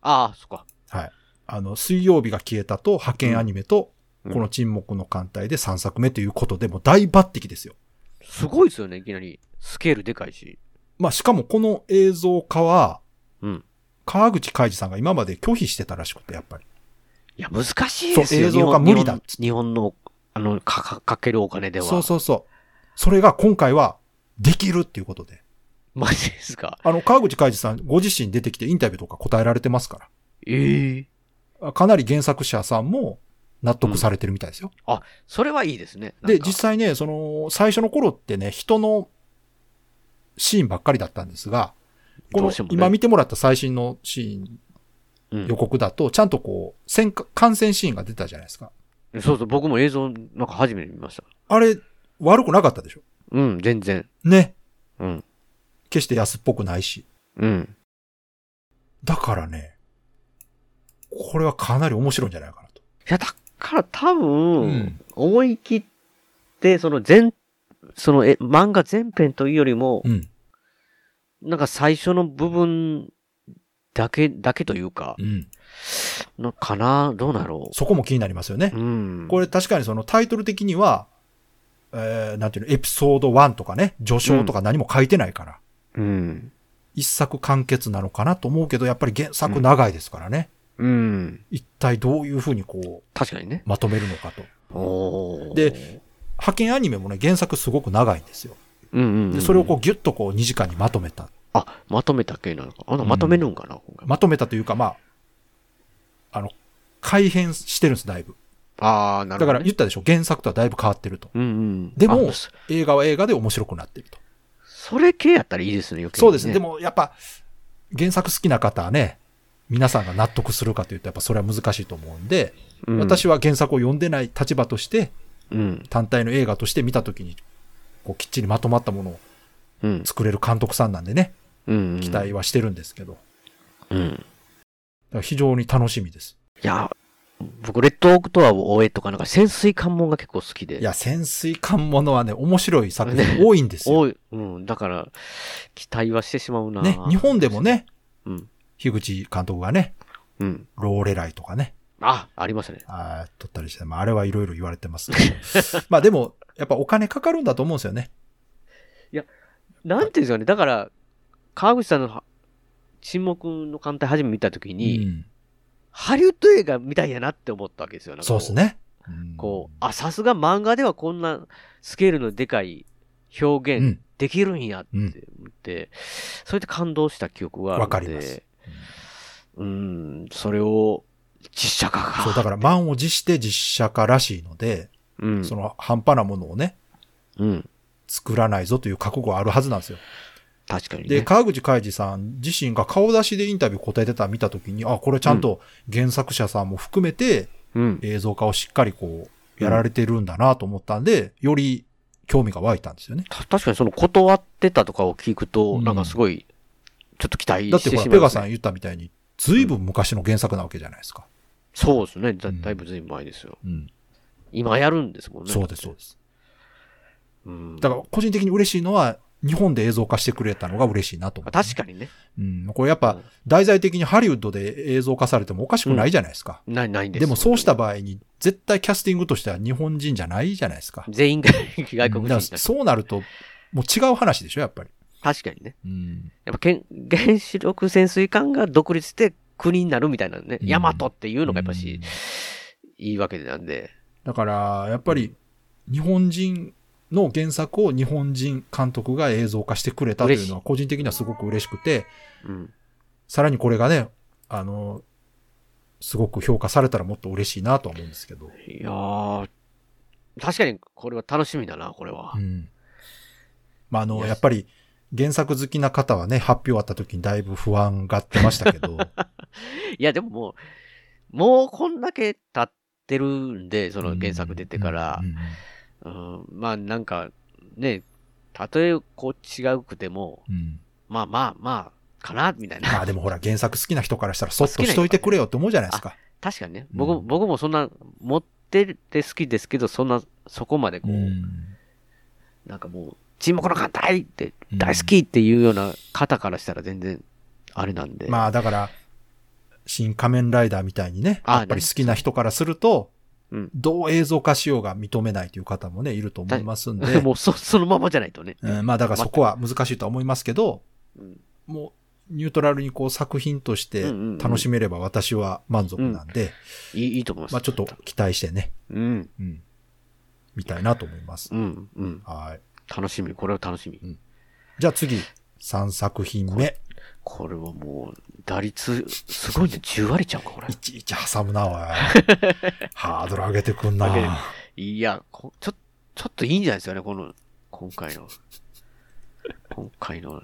S1: あ、そっか。
S2: はい。あの、水曜日が消えたと派遣アニメと、
S1: うん
S2: この沈黙の艦隊で3作目ということで、もう大抜擢ですよ。
S1: すごいですよね、いきなり。スケールでかいし。
S2: まあ、しかもこの映像化は、
S1: うん。
S2: 川口海二さんが今まで拒否してたらしくて、やっぱり。
S1: いや、難しいですよ
S2: そう映像が無理だ
S1: 日本日本の、あの、かかかけるお金では。
S2: そうそうそう。それが今回は、できるっていうことで。
S1: う。マジですか。
S2: あの、川口海二さん、ご自身出てきてインタビューとか答えられてますか
S1: ええ
S2: ら。かなり原作者さんも納得されてるみたいですよ。
S1: あ、それはいいですね。なん
S2: で、
S1: か
S2: 実際ね、その、最初の頃ってね、人のシーンばっかりだったんですが、こ
S1: ど
S2: の
S1: うしても、ね
S2: 今見てもらった最新のシ
S1: う
S2: ーン、
S1: ん
S2: 予告だと、ちゃんとこう、戦火感染シーンが出たじゃないですか。
S1: そうそう、僕も映像、なんか初めて見ました。
S2: あれ、悪くなかったでしょ
S1: うん、全然。
S2: ね。
S1: うん。
S2: 決して安っぽくないし。
S1: うん。
S2: だからね、これはかなり面白いんじゃないかなと。
S1: いや、だから多
S2: う
S1: 分、。思い切って、その全、その、え、漫画全編というよりも、
S2: うん。
S1: なんか最初の部分だけ、だけというか
S2: う、ん。
S1: のかなどうなろ
S2: そこも気になりますよね
S1: う。。うん。
S2: これ確かにそのタイトル的には、えー、なんていうの、エピソード1とかね、序章とか何も書いてないから、
S1: うん。
S2: 一作完結なのかなと思うけど、やっぱり原作長いですからね。
S1: うん。
S2: 一体どういうふうにこ
S1: 確かにね
S2: う、。まとめるのかと。
S1: おー
S2: で、派遣アニメもね、原作すごく長いんですよ。
S1: うんうんうん、
S2: で、それをこうギュッとこう2時間にまとめた。
S1: あ、まとめた系なのか。あの、まとめるんかな、今回
S2: まとめたというか、まあ、あの、改変してるんです、だいぶ。
S1: ああ、なるほ
S2: だか
S1: ど、
S2: ら
S1: ね。
S2: 言ったでしょ、原作とはだいぶ変わってると。
S1: うんうん。
S2: でも
S1: あそ、
S2: 映画は映画で面白くなってると。
S1: それ系やったらいいですね、余計にね
S2: そうですね。で。もやっぱ、原作好きな方はね、皆さんが納得するかというと、やっぱそれは難しいと思うんで、
S1: うん、
S2: 私は原作を読んでない立場として、
S1: うん。
S2: 単体の映画として見たときに、こうきっちりまとまったものを
S1: うん。
S2: 作れる監督さんなんでね、
S1: うん、うん。
S2: 期待。はしてるんですけど、だ
S1: うん。
S2: から非常に楽しみです。
S1: いや、僕、レッドオークトアを終えとか、なんか潜水艦門が結構好きで。
S2: いや、潜水艦ものはね、面白い作品多いんですよ。
S1: 多い。うん。だから、期待はしてしまうな。
S2: ね、日本でも。ね、
S1: うん。
S2: 樋口監督がね、
S1: うん。
S2: ローレライとかね、
S1: あ、ありましたね。
S2: あー撮ったりして、まあ、あれはいろいろ言われてますけど。 まあでも、やっぱお金かかるんだと思うんですよね。
S1: なんていうんですかね、だから、川口さんのは沈黙の艦隊初め見たときに、
S2: うん、
S1: ハリウッド映画みたいやなって思ったわけですよ。なんか
S2: そ
S1: こ
S2: うです。ね。
S1: こう、あ、さすが漫画ではこんなスケールのでかい表
S2: う
S1: 現
S2: ん
S1: できるんやって
S2: うん
S1: 思って、それで感動した記憶があるので。
S2: わかります
S1: うん、それを実写化が。
S2: そう、だから満を持して実写化らしいので、
S1: うん、
S2: その半端なものをね、
S1: うん、
S2: 作らないぞという覚悟はあるはずなんですよ。
S1: 確かに
S2: で、
S1: ね。
S2: 川口海二さん自身が顔出しでインタビュー答えてたの見たときに、あ、これちゃんと原作者さんも含めて
S1: うん、
S2: 映像化をしっかりこう、やられてるんだなと思ったんで、より興味が湧いたんですよね。
S1: た確かにその断ってたとかを聞くと、
S2: うん
S1: なんかすごい、ちょっと期待
S2: だっ
S1: してて
S2: ほら、
S1: しま
S2: ペ
S1: いま
S2: ガ
S1: す、
S2: さ
S1: ね。
S2: ん言ったみたいに、ずいぶん昔の原作なわけじゃないですか。
S1: そうですね。だ
S2: うん
S1: だいぶずいぶん前ですよ。
S2: うん。
S1: 今やるんですもんね。
S2: そうです、そうです。
S1: うん。
S2: だから、個人的に嬉しいのは、日本で映像化してくれたのが嬉しいなと思
S1: あ
S2: う。
S1: 確かにね。
S2: うん。これやっ
S1: う
S2: ぱ
S1: ん、
S2: 題材的にハリウッドで映像化されてもおかしくないじゃないですか。
S1: ない、ないんです。
S2: でもそうした場合に、絶対キャスティングとしては日本人じゃないじゃないですか。
S1: 全員が 外国人
S2: だ
S1: だ
S2: か
S1: し
S2: らそうなると、もう違う話でしょ、やっぱり。
S1: 確かにね。
S2: うん。
S1: やっぱけん原子力潜水艦が独立して国になるみたいなね。
S2: うん
S1: ヤマトっていうのがやっぱ
S2: うん
S1: し、いいわけなんで。
S2: だから、やっぱり、日本人の原作を日本人監督が映像化してくれたというのは、個人的にはすごく嬉しくて、
S1: うん。
S2: さらにこれがね、あの、すごく評価されたらもっと嬉しいなとは思うんですけど。
S1: いやー、確かにこれは楽しみだな、これは。
S2: うん。まあ、あ
S1: い
S2: の、
S1: や
S2: やっぱり、原作好きな方はね、発表あった時にだいぶ不安がってましたけど、
S1: いや、でももう、もうこんだけ経ってるんで、 その原作出てから
S2: うん、うん
S1: うん、まあなんか、ね、たとえこう違うくても、
S2: う んうん
S1: まあまあまあ、かな、みたいな。
S2: まあでもほら、原作好きな人からしたら、そっとしといてくれよって思うじゃないですか。
S1: 確かにね、
S2: うん
S1: 僕も、僕もそんな、持ってて好きですけど、そんな、そこまでこう、なんかもう、沈黙の艦隊って、
S2: うん
S1: 大好きっていうような方からしたら全然、あれなんで。
S2: まあだから、新仮面ライダーみたいにね、
S1: あ
S2: やっぱり好きな人からすると
S1: うん、
S2: どう映像化しようが認めないという方もね、いると思いま すんで、
S1: もうそ、そのままじゃないとね。
S2: うんまあだからそこは難しいとは思いますけど、
S1: うん
S2: もうニュートラルにこう作品として
S1: うんうんうん
S2: 楽しめれば私は満足なんで、
S1: いいいいと思います。
S2: まあちょっと期待してね、
S1: うん、
S2: うん、見たいなと思います
S1: う。ん、うん。
S2: はい。
S1: 楽しみ、これは楽しみ。
S2: じゃあ次、3作品目。
S1: これはもう、打率、すごいね。10割ちゃうか、これ
S2: い。ちいち挟む な、おい。ハードル上げてくんな。
S1: 上げるいや、こちょ、ちょっといいんじゃないですかね、この、今回の。今回の。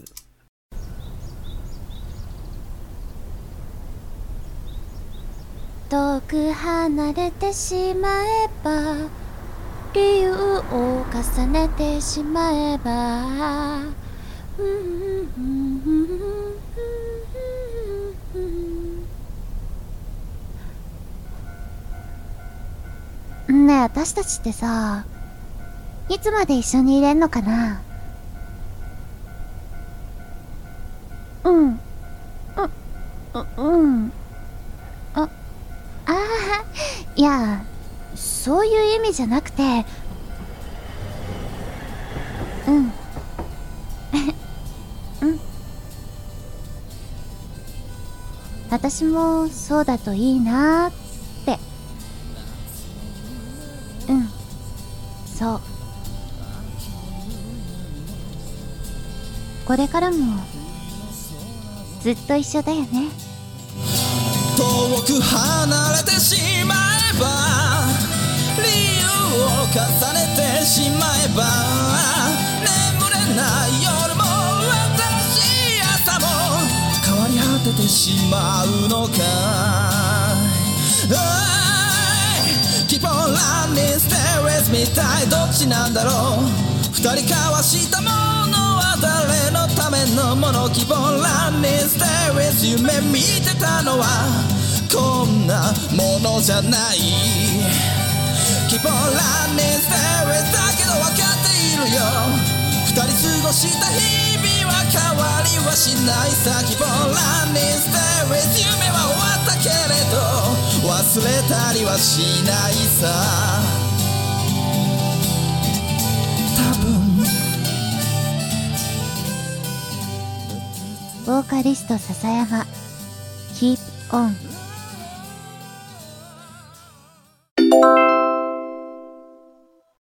S3: 遠く離れてしまえば理由を重ねてしまえばねえ私たちってさいつまで一緒にいれんのかなうんうううんああいやそういう意味じゃなくてうん うん私もそうだといいなーってうんそうこれからもずっと一緒だよね
S4: 遠く離れてしまえば理由を重ねてしまえば眠れない夜も新しい朝も変わり果ててしまうのかい Keep on running, stay with me 一体どっちなんだろう二人交わしたものは誰のためのもの希望 Running, stay with you 夢見てたのはこんなものじゃない希望 Running, stay with だけど分かっているよ二人過ごした日々は変わりはしないさ希望 Running, stay with 夢は終わったけれど忘れたりはしないさ多分
S3: ボーカリスト笹山 Keep on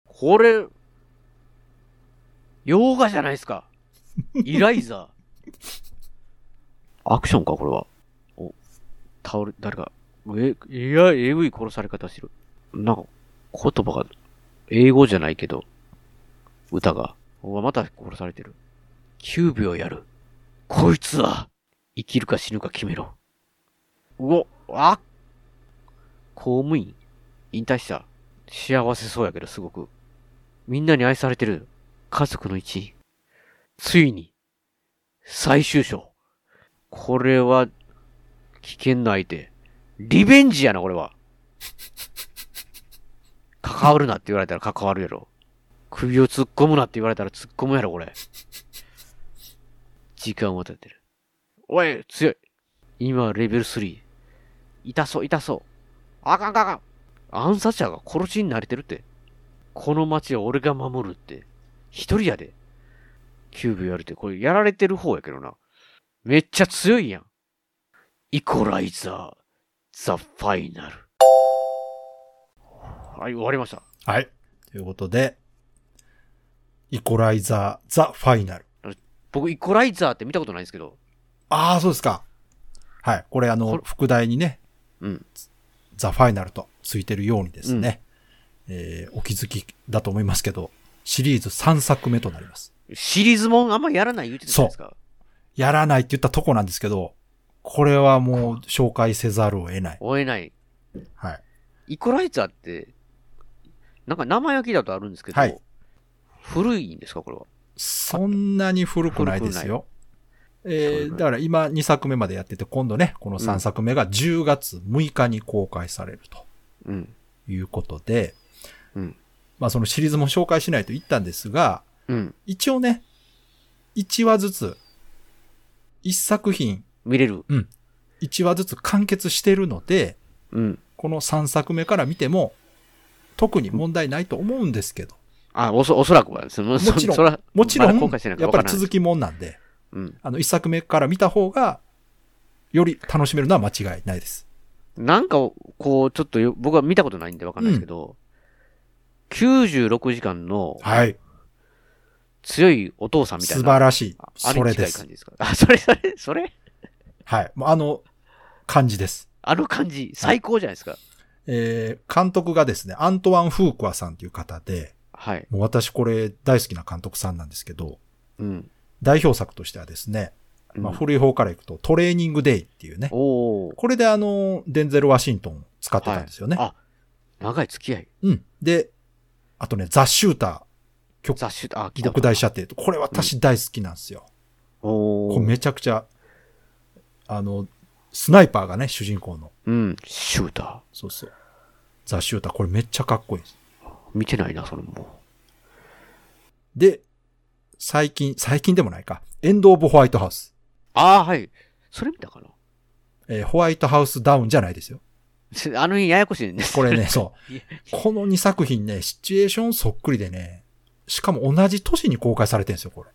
S1: これ、洋画じゃないです か。イライザー。アクションか、これは。お、倒れ、誰か。え、いや、えぐい殺され方してる。なんか、言葉が、英語じゃないけど、歌が。おまた殺されてる。9秒やる。こいつだ生きるか死ぬか決めろ。うお、あ公務員引退した。幸せそうやけど、すごく。みんなに愛されてる。家族の一員。ついに、最終章。これは、危険な相手。リベンジやな、これは。関わるなって言われたら関わるやろ。首を突っ込むなって言われたら突っ込むやろ、これ。時間を経ってる。おい、強い。今、レベル3。痛そう、痛そう。あかんあかんあかん。暗殺者が殺しに慣れてるって。この街は俺が守るって。一人やで。9秒やるって、これやられてる方やけどな。めっちゃ強いやん。イコライザー、ザ・ファイナル。はい、終わりました。
S2: はい。ということで、イコライザー、ザ・ファイナル。
S1: 僕、イコライザーって見たことないんですけど、
S2: ああ、そうですか。はい。これあ
S1: こ
S2: の
S1: れ、
S2: 副題にね、
S1: うん。
S2: ザ・ファイナルとついてるようにですね、えーお気づきだと思いますけど、シリーズ3作目となります。
S1: シリーズもんあんまやらない言うてたじゃないですか。
S2: やらないって言ったとこなんですけど、これはもう紹介せざるを得ない。
S1: 追えない。
S2: はい。
S1: イコライザーって、なんか名前は聞いたことあるんですけど、
S2: はい
S1: 古いんですか、これは。
S2: そんなに古くないですよ。え
S1: 古くな
S2: ー、
S1: い
S2: だから今2作目までやってて、今度ね、この3作目が10月6日に公開されると
S1: うん。
S2: いうことで、
S1: うん。
S2: まあそのシリーズも紹介しないと言ったんですが、
S1: うん。
S2: 一応ね、1話ずつ、1作品、
S1: 見れる。
S2: 1話ずつ完結してるので、
S1: うん。
S2: この3作目から見ても、特に問題ないと思うんですけど、
S1: あ、おそ、おそらくは、 その、も
S2: ちろん
S1: そら、
S2: もちろ
S1: ま
S2: ん、
S1: だ後悔してないから
S2: やっ
S1: わか
S2: ぱ
S1: ら
S2: り
S1: ない
S2: 続きもんなんで、
S1: うん。
S2: あの、1作目から見た方が、より楽しめるのは間違いないです。
S1: なんか、こう、ちょっとよ僕は見たことないんでわかんないですけど、96時間の
S2: はい。
S1: 強いお父さんみたい
S2: 素
S1: な。
S2: 晴らしい。
S1: ああれ
S2: そ
S1: に
S2: れ
S1: 近
S2: で
S1: い感
S2: す
S1: じ。ですか。あ、それ、そ れ、それ
S2: はい。もうあの、感じです。
S1: あの感じ、最高じゃないですか。
S2: えー、監督がですね、アントワン・フークアさんという方で、
S1: はい。
S2: もう私これ大好きな監督さんなんですけど、
S1: うん。
S2: 代表作としてはですね、
S1: うん
S2: まあ、古い方からいくと、トレーニングデイっていうね、
S1: おー。
S2: これであの、デンゼル・ワシントンを使ってたんですよね。
S1: はい、あ、長い付き合い。
S2: うん。で、あとね、ザ・シューター、極
S1: 雑誌、あ、聞いたこ
S2: 極
S1: とあ
S2: 大
S1: る
S2: 射程と、これ私大好きなんですよ。
S1: お
S2: これ
S1: ー。
S2: めちゃくちゃ、あの、スナイパーがね、主人公の。
S1: うん。シュータ
S2: そうそう。ザ・シューター、これめっちゃかっこいいです。
S1: ー。見てないな、それも
S2: で、最近、最近でもないか。エンド・オブ・ホワイトハウス。
S1: ああ、はい。それ見たかな。
S2: えーホワイトハウスダウンじゃないですよ。
S1: あの辺ややこしいんです
S2: これね、そ う。
S1: いや
S2: この2作品ね、シチュエーションそっくりでね、しかも同じ年に公開されてるんですよ、これ。
S1: い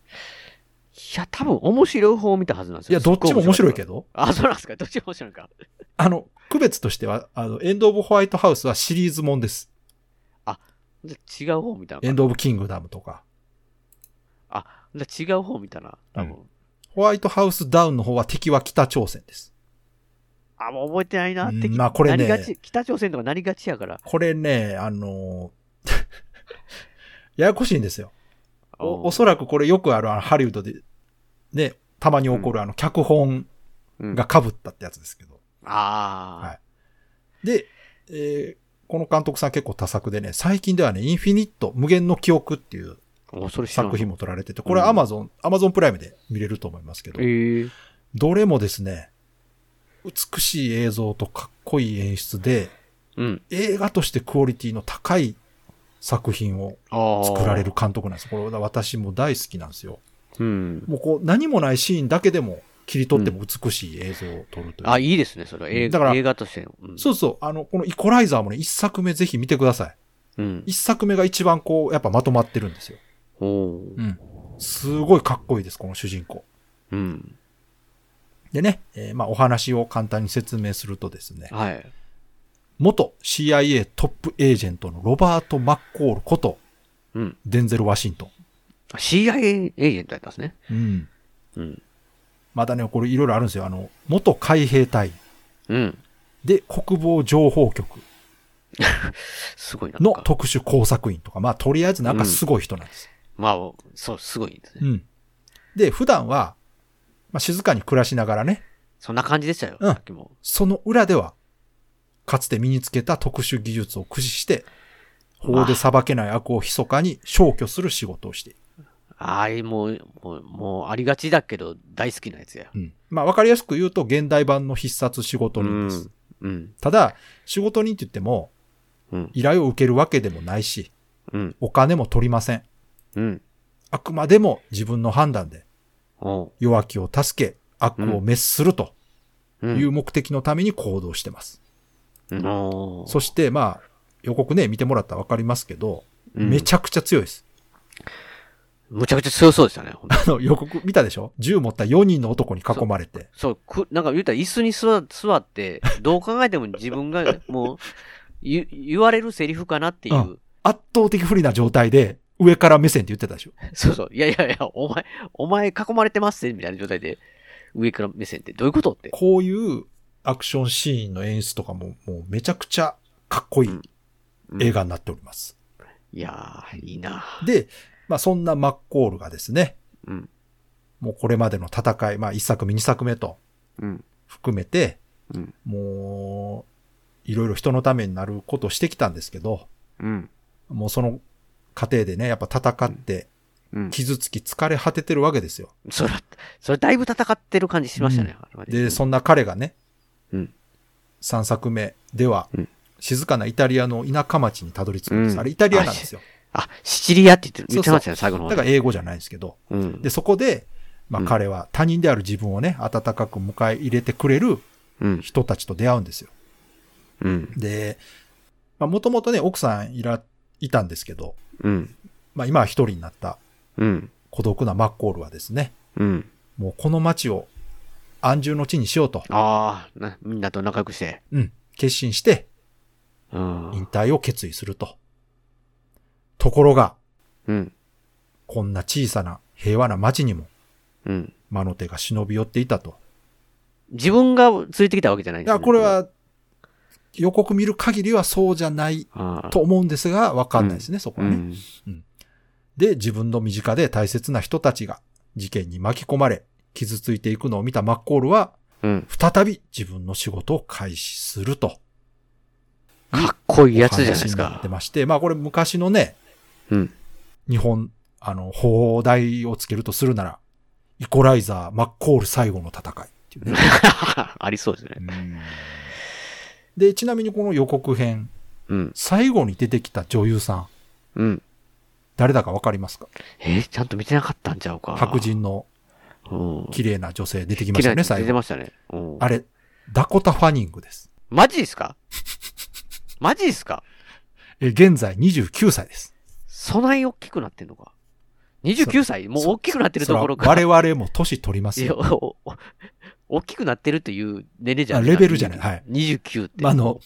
S1: や、多分面白い方を見たはずなんです
S2: い
S1: よ。
S2: や、どっちも面白いけ
S1: ど。
S2: ど、
S1: あ、そうなんですか。どっちも面白いのか。
S2: あの、区別としては、あの、エンド・オブ・ホワイトハウスはシリーズもんです。
S1: じゃあ違う方を見たのか
S2: エンド・オブ・キングダムとか。
S1: あ、じゃあ違う方を見たな。多分。
S2: うホワイトハウスダウンの方は敵は北朝鮮です。
S1: あ、もう覚えてないな。
S2: うん
S1: 敵
S2: まあこれね
S1: なりがち、北朝鮮とかなりがちやから。
S2: これね、あのー ややこしいんですよ。おお
S1: 遅
S2: そらくこれよくあるあのハリウッドで、ね、たまに起こるあの脚本
S1: うん、
S2: が被ったってやつですけど。
S1: ああ、
S2: はいで、えーこの監督さん結構多作でね、最近ではね、インフィニット、無限の記憶っていう
S1: おそれ知らん
S2: 作品も撮られてて、これアマゾン、アマゾンプライムで見れると思いますけど
S1: ええ、
S2: どれもですね、美しい映像とかっこいい演出で、
S1: うん。
S2: 映画としてクオリティの高い作品を
S1: ああ。
S2: 作られる。監督なんです。これ私も大好きなんですよ。
S1: うん。
S2: もうこう何もないシーンだけでも切り取っても美しい映像を撮るという。
S1: あ、いいですね、それは。映
S2: だから
S1: 画映画としての。うん。
S2: そうそう。あの、このイコライザーもね、一作目ぜひ見てください。
S1: うん。
S2: 一作目が一番こう、やっぱまとまってるんですよ。
S1: おお
S2: う。ん。すごいかっこいいです、この主人公。
S1: うん。
S2: でね、えーまあお話を簡単に説明するとですね、
S1: はい。
S2: 元 CIA トップエージェントのロバート・マッコールこと、
S1: うん。
S2: デンゼル・ワシントン。
S1: あ CIA エージェントやったんですね。
S2: うん。
S1: うん。
S2: またね、これいろいろあるんですよ。あの、元海兵隊
S1: うん。
S2: で国防情報局
S1: すごいな。な
S2: の
S1: んか
S2: 特殊工作員とか、まあとりあえずなんかすごい人なんです。
S1: まあ、そう、すごいですね。
S2: うん。で、普段は、まあ静かに暮らしながらね、
S1: そんな感じでしたよ、
S2: うん
S1: さっきも。
S2: その裏では、かつて身につけた特殊技術を駆使して、法で裁けない悪を密かに消去する仕事をしている。
S1: ああ、もう、もう、もうありがちだけど、大好きなやつや。
S2: うん。まあわかりやすく言うと、現代版の必殺仕事人です。
S1: うん。
S2: ただ、仕事人って言っても、
S1: うん。
S2: 依頼を受けるわけでもないし、
S1: うん。
S2: お金も取りません。
S1: うん。
S2: あくまでも自分の判断で
S1: おう。
S2: 弱気を助け、悪を滅すると
S1: うん。
S2: いう目的のために行動してます。
S1: うんおう
S2: そして、まあ、予告ね、見てもらったらわかりますけど、
S1: うん
S2: めちゃくちゃ強いです。
S1: むちゃくちゃ強そうでしたね、ほんと
S2: あの、予告見たでしょ銃持った4人の男に囲まれて。
S1: そう、くなんか言うたら椅子に座座って、どう考えても自分 がもう、ゆ言われるセリフかなっていう。
S2: うん圧倒的不利な状態で、上から目線って言ってたでしょ
S1: そうそう。いやいやいや、お前、お前囲まれてますねみたいな状態で、上から目線ってどういうことって。
S2: こういうアクションシーンの演出とかも、もうめちゃくちゃかっこいい映画になっております。
S1: いやー、いいな
S2: で、まあそんなマッコールがですね、
S1: うん。
S2: もうこれまでの戦い、まあ1作目2作目と
S1: うん。
S2: 含めて、
S1: うん
S2: もう、いろいろ人のためになることをしてきたんですけど、
S1: うん。
S2: もうその過程でね、やっぱ戦って、
S1: うん。
S2: 傷つき疲れ果ててるわけですよ。
S1: それ、それだいぶ戦ってる感じしましたね。
S2: で、そ
S1: の、
S2: んな彼がね、
S1: うん。
S2: 3作目では
S1: うん、
S2: 静かなイタリアの田舎町にたどり着くんです。
S1: うん
S2: あれイタリアなんですよ。
S1: あ、シチリアって言ってる。言
S2: そう
S1: っ
S2: そ
S1: て
S2: う
S1: ましたね、最後の方
S2: だから英語じゃないんですけど。
S1: うん
S2: で、。そこで、まあ
S1: うん
S2: 彼は他人である自分をね、温かく迎え入れてくれる
S1: うん。
S2: 人たちと出会うんですよ。
S1: うん。
S2: で、まあもともとね、奥さんいら、いたんですけど、
S1: うん。
S2: まあ今は一人になった
S1: うん。
S2: 孤独なマッコールはですね、
S1: うん。
S2: もうこの町を安住の地にしようと、
S1: ああ、なみんなと仲良くして。
S2: うん、決心して
S1: うん。
S2: 引退を決意すると。ところが、
S1: うん。
S2: こんな小さな平和な町にも
S1: うん。
S2: 魔の手が忍び寄っていたと。
S1: 自分がついてきたわけじゃないん
S2: い
S1: ですね
S2: や、これ、は予告見る限りはそうじゃない
S1: あー
S2: と思うんですが、わかんないですね、そこ
S1: う
S2: はね、
S1: ん。
S2: で、自分の身近で大切な人たちが事件に巻き込まれ、傷ついていくのを見たマッコールは、
S1: うん。
S2: 再び自分の仕事を開始すると。
S1: かっこいいやつじゃないです
S2: お話になっ
S1: か
S2: て。まして、まあこれ昔のね、
S1: うん。
S2: 日本、あの、放題をつけるとするなら、イコライザー、マッコール最後の戦いっていうね。
S1: ありそうですね。
S2: で、ちなみにこの予告編、
S1: うん。
S2: 最後に出てきた女優さん、
S1: うん。
S2: 誰だかわかりますか
S1: えーちゃんと見てなかったんちゃうか。
S2: 白。人の
S1: うん。
S2: 綺麗な女性出てきま
S1: 綺
S2: し
S1: 麗
S2: た
S1: に
S2: ね、
S1: 出
S2: 最
S1: て
S2: 後。
S1: ましたね。うん
S2: あれ、ダコタ・ファニングです。
S1: マジですかマジですか
S2: え、現在29歳です。
S1: そない大きくなってんのか。29歳もう大きくなってるところか。
S2: そら我々も年取ります
S1: いや
S2: よ。
S1: おお 大きくなってるという年齢じゃない
S2: あレベルじゃないはい
S1: 29って。
S2: まああの、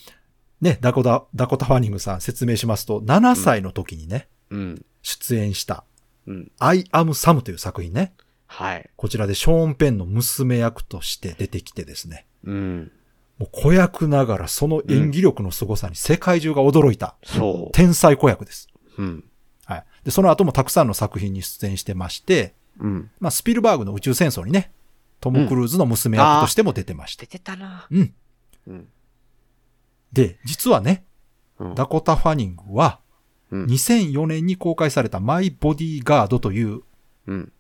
S2: ね、ダコタ、ダコタ・ファニングさん説明しますと、7歳の時にね、
S1: うん。
S2: 出演した、
S1: うん。
S2: I am Sam という作品ね。
S1: はい。
S2: こちらでショーン・ペンの娘役として出てきてですね。
S1: うん。
S2: もう子役ながらその演技力の凄さに世界中が驚いた、
S1: そ
S2: 天才子役です。
S1: う。うん。
S2: はい。で、その後もたくさんの作品に出演してまして、
S1: うん。
S2: まあ、スピルバーグの宇宙戦争にね、トム・クルーズの娘役としても出てました
S1: 出。てたな。
S2: うん。
S1: うん。
S2: で、実はね、
S1: うん
S2: ダコタ・ファニングは、
S1: うん
S2: 2004年に公開されたマイ・ボディーガードという、
S1: うん。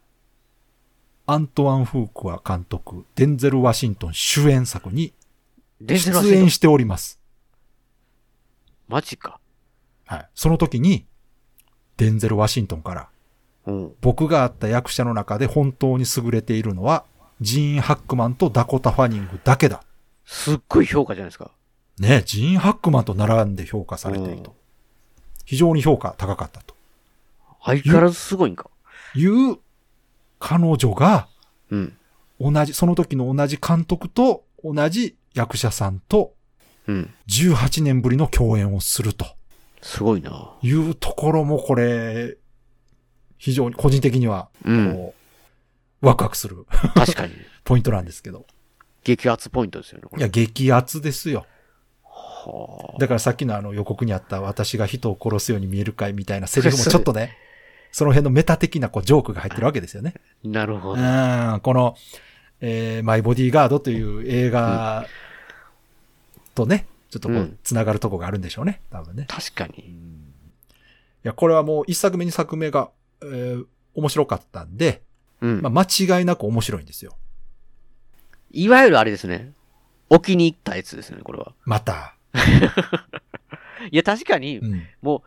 S2: アントワン・フークア監督、デンゼル・ワシントン主演作に
S1: 出て
S2: 出演
S1: し
S2: しております。
S1: マジか。
S2: はい。その時に、デンゼル・ワシントンから、
S1: うん。
S2: 僕が会った役者の中で本当に優れているのは、ジーン・ハックマンとダコタ・ファニングだけだ。
S1: すっごい評価じゃないですか。
S2: ね、ジーン・ハックマンと並んで評価されていると。非常に評価高かったと
S1: 相変わらずすごいんか。
S2: いう彼女が、
S1: うん。
S2: 同じ、その時の同じ監督と同じ役者さんと
S1: うん。
S2: 18年ぶりの共演をすると
S1: すごいな。
S2: いうところもこれ、非常に個人的には、
S1: うん。
S2: こう、ワクワクする
S1: 確かに。
S2: ポイントなんですけど。
S1: 激アツポイントですよね、こ
S2: い
S1: れ。
S2: や、激アツですよ。
S1: はあ
S2: だからさっきのあの予告にあった私が人を殺すように見えるかいみたいなセリフもちょっ とね、その辺のメタ的なこうジョークが入ってるわけですよね。
S1: なるほど。
S2: うん、この、えーマイボディーガードという映画とね、ちょっとこ
S1: う、
S2: うんつながるとこがあるんでしょうね、多分ね。
S1: 確か
S2: い
S1: に。
S2: や、これはもう一作目二作目が、えー面白かったんで、
S1: うん。
S2: まあ、間違いなく面白いんですよ。
S1: いわゆるあれですね。置きに行ったやつですね、これは。
S2: また。
S1: いや、確かに
S2: う、ん。
S1: も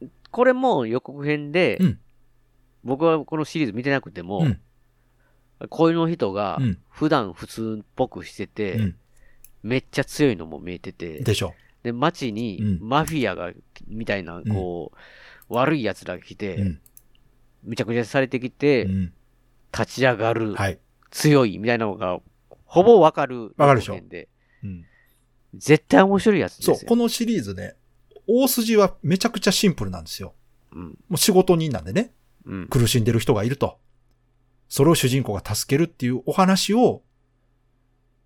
S1: う、これも予告編で、
S2: うん
S1: 僕はこのシリーズ見てなくても、
S2: うん
S1: 恋の人が
S2: うん
S1: 普段普通っぽくしてて、
S2: うん。
S1: めっちゃ強いのも見えてて、
S2: でしょ
S1: で、街に
S2: うん
S1: マフィアが、みたいな、こう、悪い奴らが来て、
S2: う。うん。
S1: むちゃくちゃされてきて、
S2: うん。
S1: 立ち上がる、
S2: はい。
S1: 強い、みたいなのが、ほぼわかる。
S2: わかるでしょ
S1: 予告編で
S2: うん。
S1: 絶対面白いやつです
S2: そ
S1: よ。
S2: う、このシリーズね、大筋はめちゃくちゃシンプルなんですよ。
S1: うん。
S2: もう仕事人なんでね、
S1: うん。
S2: 苦しんでる人がいると。それを主人公が助けるっていうお話を、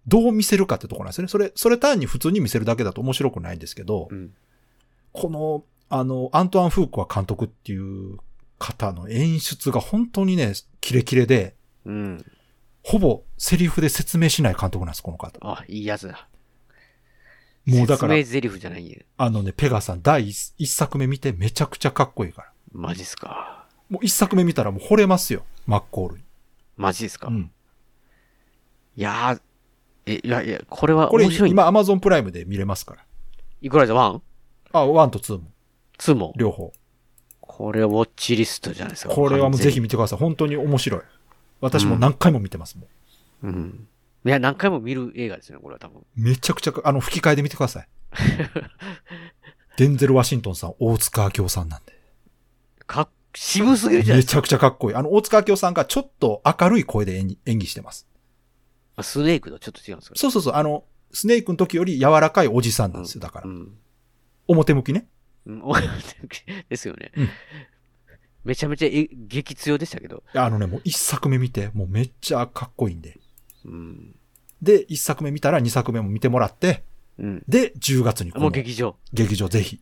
S2: どう見せるかってところなんですよね。それ、それ単に普通に見せるだけだと面白くないんですけど、
S1: うん。
S2: この、あの、アントワン・フーコア監督っていう方の演出が本当にね、キレキレで、
S1: うん。
S2: ほぼセリフで説明しない監督なんです、この方。
S1: あ、いいやつだ。
S2: もうだから
S1: 説、明台詞じゃないよ。
S2: あのね、ペガさん第一一作目見てめちゃくちゃかっこいいから。
S1: マジっすか。
S2: もう一作目見たらもう惚れますよ、マッコールに。
S1: マジっすか。
S2: うん
S1: いやー、え、いやいや、これは
S2: これ
S1: 面白いんだ。
S2: 今 Amazon プライムで見れますから。
S1: いくらじゃ 1?
S2: あ、1と2も。
S1: 2も。
S2: 両方。
S1: これウォッチリストじゃないですか。
S2: これはもうぜひ
S1: 完
S2: 見てください。本当に面白い。私も
S1: うん
S2: 何回も見てますもん。
S1: 全に。うん。いや、何回も見る映画ですね、これは多分。
S2: めちゃくちゃか、あの、吹き替えで見てく ださい。デンゼル・ワシントンさん、大塚明夫さんなんで。
S1: かっ、渋すぎるじゃない
S2: め
S1: です
S2: ちゃくちゃかっこいい。あの、大塚明夫さんがちょっと明るい声で演技演技してます。
S1: か。スネークとちょっと違うんですけど。
S2: そうそうそう。あの、スネークの時より柔らかいおじさんなんですよ。だから
S1: う。ん。
S2: 表向きね。
S1: うん、 おですよね。
S2: うん
S1: めちゃめちゃえ激強でしたけど。
S2: いやあのね、もう一作目見て、もうめっちゃかっこいいんで。
S1: うん。
S2: で、一作目見たら二作目も見てもらって、
S1: うん。
S2: で、10月にこ
S1: も
S2: の
S1: う劇場。
S2: 劇場ぜひ。い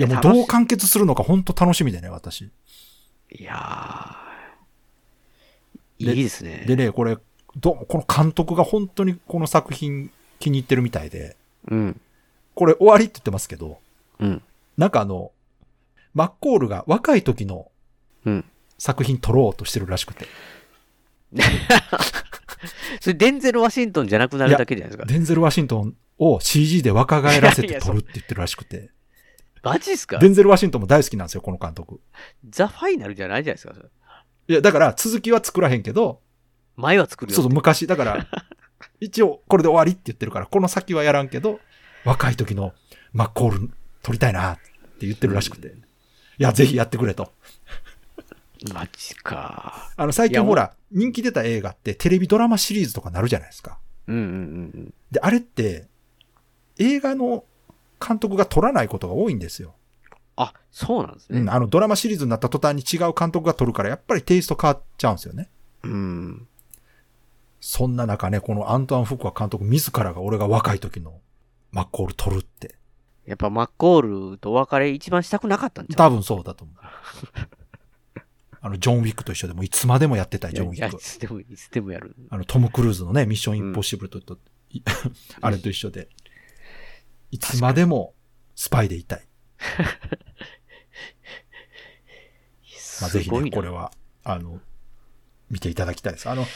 S2: や、
S1: いや
S2: もうど
S1: 楽
S2: う
S1: し
S2: 完結するのか本当楽しみでね、私。
S1: いやー。
S2: で
S1: いいですね。
S2: でね、これ、どうもこの監督が本当にこの作品気に入ってるみたいで、
S1: うん。
S2: これ終わりって言ってますけど、
S1: うん。
S2: なんかあの、マッコールが若い時の
S1: うん。
S2: 作品撮ろうとしてるらしくて。
S1: それデンゼル・ワシントンじゃなくなるだけじゃないですか。
S2: デンゼル・ワシントンを CG で若返らせ
S1: いや
S2: て
S1: いや
S2: 撮るって言ってるらしくて。
S1: マジっすか
S2: デンゼル・ワシントンも大好きなんですよ、この監督。
S1: ザ・ファイナルじゃないじゃないですか。それ
S2: いや、だから続きは作らへんけど、
S1: 前は作るよ。
S2: そうそう、昔、だから、一応これで終わりって言ってるから、この先はやらんけど、若い時のマッコール撮りたいなって言ってるらしくて。いや、ぜひやってくれと。
S1: マジか。
S2: あの、最
S1: いや
S2: 近ほら、人気出た映画ってテレビドラマシリーズとかなるじゃないですか。
S1: うんうんうん
S2: で、あれって、映画の監督が撮らないことが多いんですよ。
S1: あ、そうなんです
S2: うん、
S1: ね。
S2: あの、ドラマシリーズになった途端に違う監督が撮るから、やっぱりテイスト変わっちゃうんですよね。
S1: うん。
S2: そんな中ね、このアントワン・フクア監督自らが俺が若い時のマッコール撮るって。
S1: やっぱマッコールとお別れ一番したくなかったんちゃう
S2: 多分そうだと思う。 あの、ジョン・ウィックと一緒でもういつまでもやってたい、ジョン・ウ
S1: い
S2: ィ
S1: や
S2: ッ
S1: い
S2: ク。
S1: つでも、いつでもやる。
S2: あの、トム・クルーズのね、ミッション・インポッシブルと、といあれと一緒で、いつまでもスパイでいたい。まあ、
S1: す
S2: ぜひ
S1: ごい
S2: ね、
S1: な。
S2: これは、あの、見ていただきたいです。あの、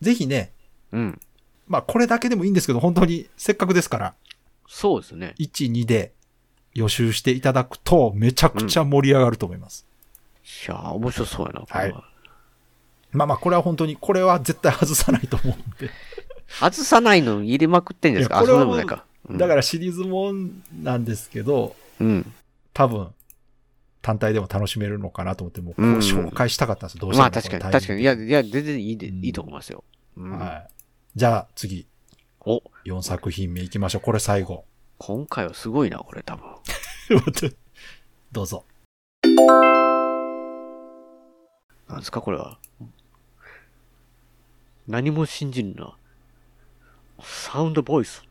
S2: ぜひね、
S1: うん。
S2: まあ、これだけでもいいんですけど、本当にせっかくですから、
S1: そうですね。
S2: 1、2で予習していただくと、めちゃくちゃ盛り上がると思います。
S1: いやー、面白そうやな、これは。
S2: まあまあ、これは本当に、これは絶対外さないと思うんで。
S1: 外さないの入れまくってんじゃないですか。
S2: い
S1: あ、
S2: や
S1: そうで
S2: こ
S1: も
S2: れ
S1: な
S2: はもう
S1: いか。、
S2: だかららシリーズもんなんですけど、
S1: うん。
S2: 多分、単体でも楽しめるのかなと思って、もうこう
S1: うん
S2: 紹介したかったんです、どうしても。
S1: まあ確かに、
S2: このタイ
S1: 確
S2: ミ
S1: かに。
S2: ン
S1: い
S2: グ
S1: や、いや、全然いいで、
S2: うん
S1: いいと思いますよ。うん。
S2: はい。じゃあ次、
S1: お、
S2: 4作品目いきましょう。これ最後。
S1: 今回はすごいな、これ多分。
S2: どうぞ。
S1: なんですか、これは。何も信じんな。サウンドボイス。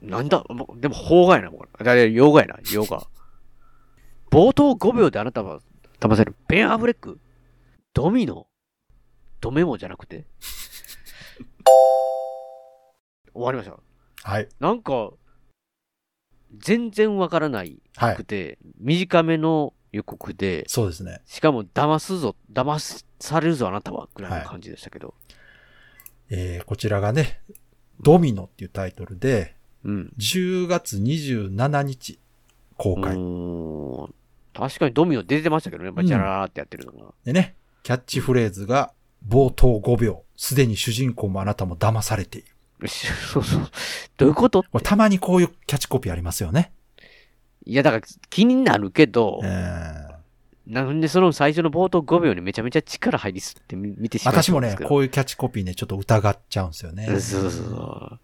S1: なんだもうでも、法外な、これ。だいや洋画やな、洋画。冒頭5秒であなたは騙せる。ベン・アブレック。ドミノ。ドメモじゃなくて。終わりました。
S2: はい。
S1: なんか、全然わからない
S2: は
S1: く
S2: い。
S1: て、短めの予告で、
S2: そうですね。
S1: しかも騙すぞ、騙されるぞあなたは、ぐらいの感じでしたけど。
S2: えー、こちらがね、ドミノっていうタイトルで、
S1: うん。
S2: 10月27日公
S1: う
S2: 開。
S1: ーん確かにドミノ出てましたけどね、やっぱりジャラーってやってるのが。
S2: でね、キャッチフレーズが、冒頭5秒、すでに主人公もあなたも騙されている。
S1: そうそう。どういうこと
S2: これたまにこういうキャッチコピーありますよね。
S1: いや、だから気になるけど
S2: え、ー
S1: なんでその最初の冒頭5秒にめちゃめちゃ力入りすってみ見てしまったんです
S2: 私
S1: けど。
S2: もね、こういうキャッチコピーね、ちょっと疑っちゃうんですよね。
S1: そうそうそ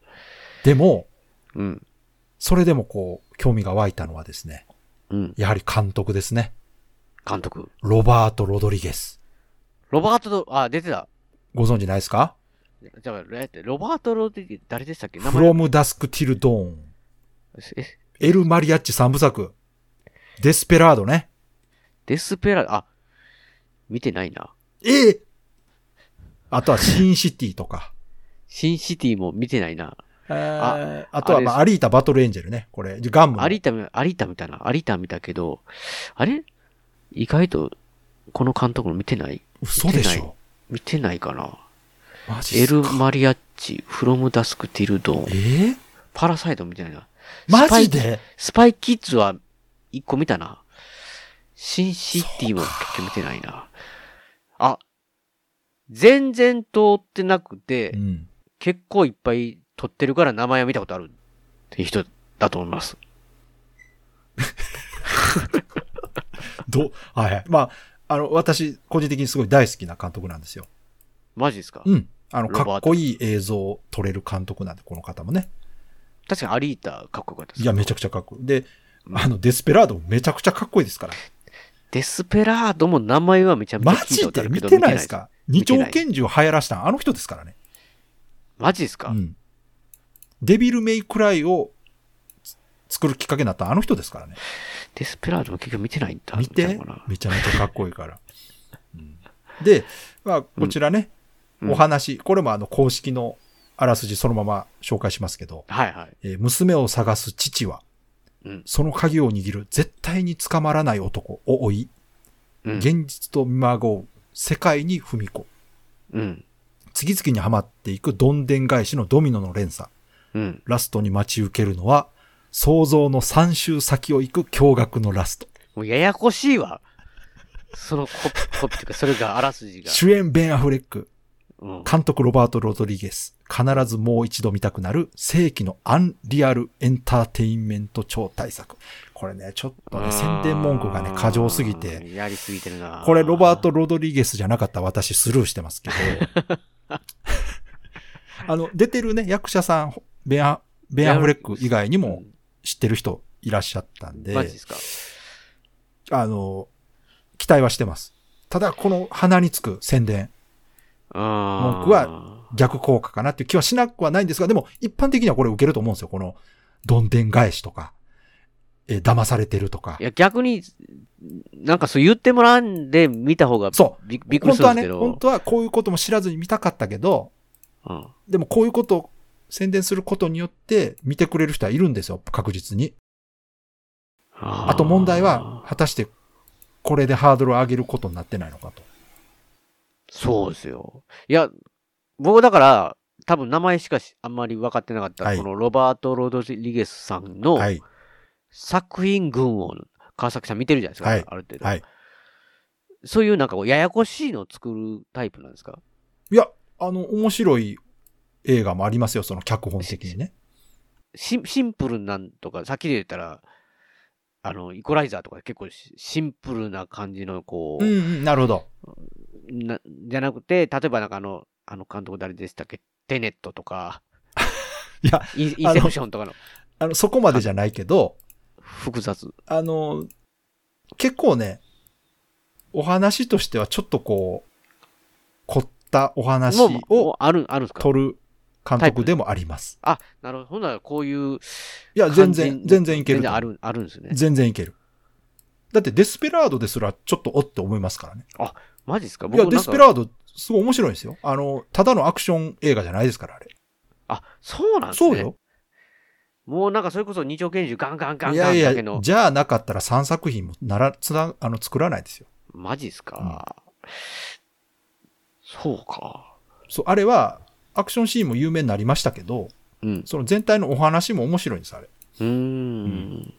S2: でも、
S1: う。うん。
S2: それでもこう、興味が湧いたのはですね、
S1: うん。
S2: やはり監督ですね。
S1: 監督。
S2: ロバート・ロドリゲス。
S1: ロバートと、あ、出てた。
S2: ご存知ないですか
S1: じゃあ、えってロバート・ロディ、誰でしたっけ名前。
S2: ?From Dusk Till Dawn。
S1: え
S2: エル・マリアッチ3部作。デスペラードね。
S1: デスペラー、あ、見てないな。
S2: ええあとはシンシティとか。
S1: シンシティも見てないな。
S2: ああとは、まあ、
S1: あ
S2: アリータ・バトル・エンジェルね。これ、ガンムの。
S1: アリータ見、アリータ見たな。アリータ見たけど、あれ意外と、この監督の見てない
S2: 嘘でし
S1: 見てな
S2: ょ。
S1: 見てないかな。
S2: マジ
S1: エ
S2: っす
S1: ル・
S2: か
S1: マリアッチ、フロム・ダスク・ティル・ドーン。
S2: ええ
S1: パラサイト見てないな。
S2: マジで
S1: スパイキッズは一個見たな。シンシティも結局見てないな。あ、全然通ってなくて、
S2: うん。
S1: 結構いっぱい撮ってるから名前は見たことあるっていう人だと思います。
S2: ど、はいはい。まあ、あの、私、個人的にすごい大好きな監督なんですよ。
S1: マジですか、
S2: うん。あの、
S1: ロバート
S2: かっこいい映像を撮れる監督なんで、この方もね。
S1: 確かにアリータかっこよかったです。
S2: いや、めちゃくちゃかっこいい。で、あの、デスペラードもめちゃくちゃかっこいいですから。
S1: デスペラードも名前はめちゃめちゃ
S2: マ
S1: 聞いた
S2: ジ
S1: ことあ
S2: で
S1: るけ
S2: 見
S1: ど
S2: てないですか
S1: 見
S2: 二
S1: て
S2: 丁
S1: ない
S2: 拳銃を流行らしたんあの人ですからね。
S1: マジですか、
S2: うん。デビルメイクライをつ作るきっかけになったあの人ですからね。
S1: デスペラードも結局見てないんだ。
S2: 見
S1: みたい
S2: て
S1: なのかな
S2: めちゃめちゃかっこいい から。うんで、まあ、こちらね、
S1: うん
S2: お話、これもあの公式のあらすじそのまま紹介しますけど、
S1: はいはい。
S2: えー娘を探す父は、
S1: うん
S2: その鍵を握る絶対に捕まらない男を追い、
S1: うん。
S2: 現実と見まごう世界に踏み込む
S1: うん。
S2: 次々にはまっていくどんでん返しのドミノの連鎖。
S1: うん。
S2: ラストに待ち受けるのは、想像の3周先を行く驚愕のラスト。
S1: もうややこしいわ。そのコピ、コピというか、それがあらすじが。
S2: 主演ベン・アフレック、
S1: うん。
S2: 監督ロバート・ロドリゲス、必ずもう一度見たくなる世紀のアンリアルエンターテインメント超大作。これね、ちょっとね、宣伝文句がね、過剰すぎ
S1: う
S2: て、
S1: ん。やりすぎてるな。
S2: これロバート・ロドリゲスじゃなかったら私スルーしてますけど、あの、出てるね、役者さん、ベンア・ベンアフレック以外にも知ってる人いらっしゃったんで、
S1: マジですか
S2: あの、期待はしてます。ただ、この鼻につく宣伝、
S1: 文
S2: 僕は、逆効果かなっていう気はしなくはないんですが、でも一般的にはこれ受けると思うんですよ。この、どんでん返しとか、えー騙されてるとか
S1: い。や、逆に、なんかそう言ってもらんで見た方が
S2: そ
S1: びびっくり
S2: 本
S1: するん
S2: 当は
S1: です
S2: ね、
S1: けど。
S2: 本当はこういうことも知らずに見たかったけど、
S1: うん
S2: でもこういうことを宣伝することによって見てくれる人はいるんですよ、確実に。
S1: あー
S2: あと問題は、果たしてこれでハードルを上げることになってないのかと。
S1: そうですよ。いや、僕だから、多分名前しかしあんまり分かってなかった、
S2: はい
S1: このロバート・ロドリゲスさんの
S2: はい。
S1: 作品群を川崎さん見てるじゃないですか、
S2: はい
S1: ある程度、
S2: はい。
S1: そういうなんかこうややこしいのを作るタイプなんですか
S2: いや、あの、面白い映画もありますよ、その脚本的にね。
S1: シンシンプルなんとか、さっきで言ったら、あの、イコライザーとか結構しシンプルな感じのこう、
S2: うん、うん、なるほど。
S1: なじゃなくて、例えばなんかあの、あの監督誰でしたっけテネットとか、
S2: いや、
S1: インインセプションとかの
S2: あの、そこまでじゃないけど、
S1: 複雑。
S2: あの、結構ね、お話としてはちょっとこう、凝ったお話
S1: もう、も
S2: を
S1: うある、あるんですか
S2: 撮る監督でもあります。
S1: あ、なるほど。ほんならこういう。
S2: いや、全然、全然いける
S1: 全
S2: と
S1: 然
S2: 思
S1: あ
S2: う
S1: る、あるんですね。
S2: 全然いける。だってデスペラードですらちょっとおって思いますからね。
S1: マジですか
S2: いや、
S1: 僕
S2: デ
S1: なん
S2: スペ
S1: か、
S2: ラードすごい面白いですよ。あの、ただのアクション映画じゃないですから、あれ。
S1: あ、そうなんですね。
S2: そうよ。
S1: もうなんかそれこそ二丁拳銃ガンガンガン
S2: い
S1: ガ
S2: やい
S1: ン
S2: や
S1: だけの、。
S2: じゃあなかったら3作品もなら、つな、あの、作らないですよ。
S1: マジですか、そうか。
S2: そう、あれは、アクションシーンも有名になりましたけど、
S1: うん。
S2: その全体のお話も面白いんです、あれ。
S1: うーん。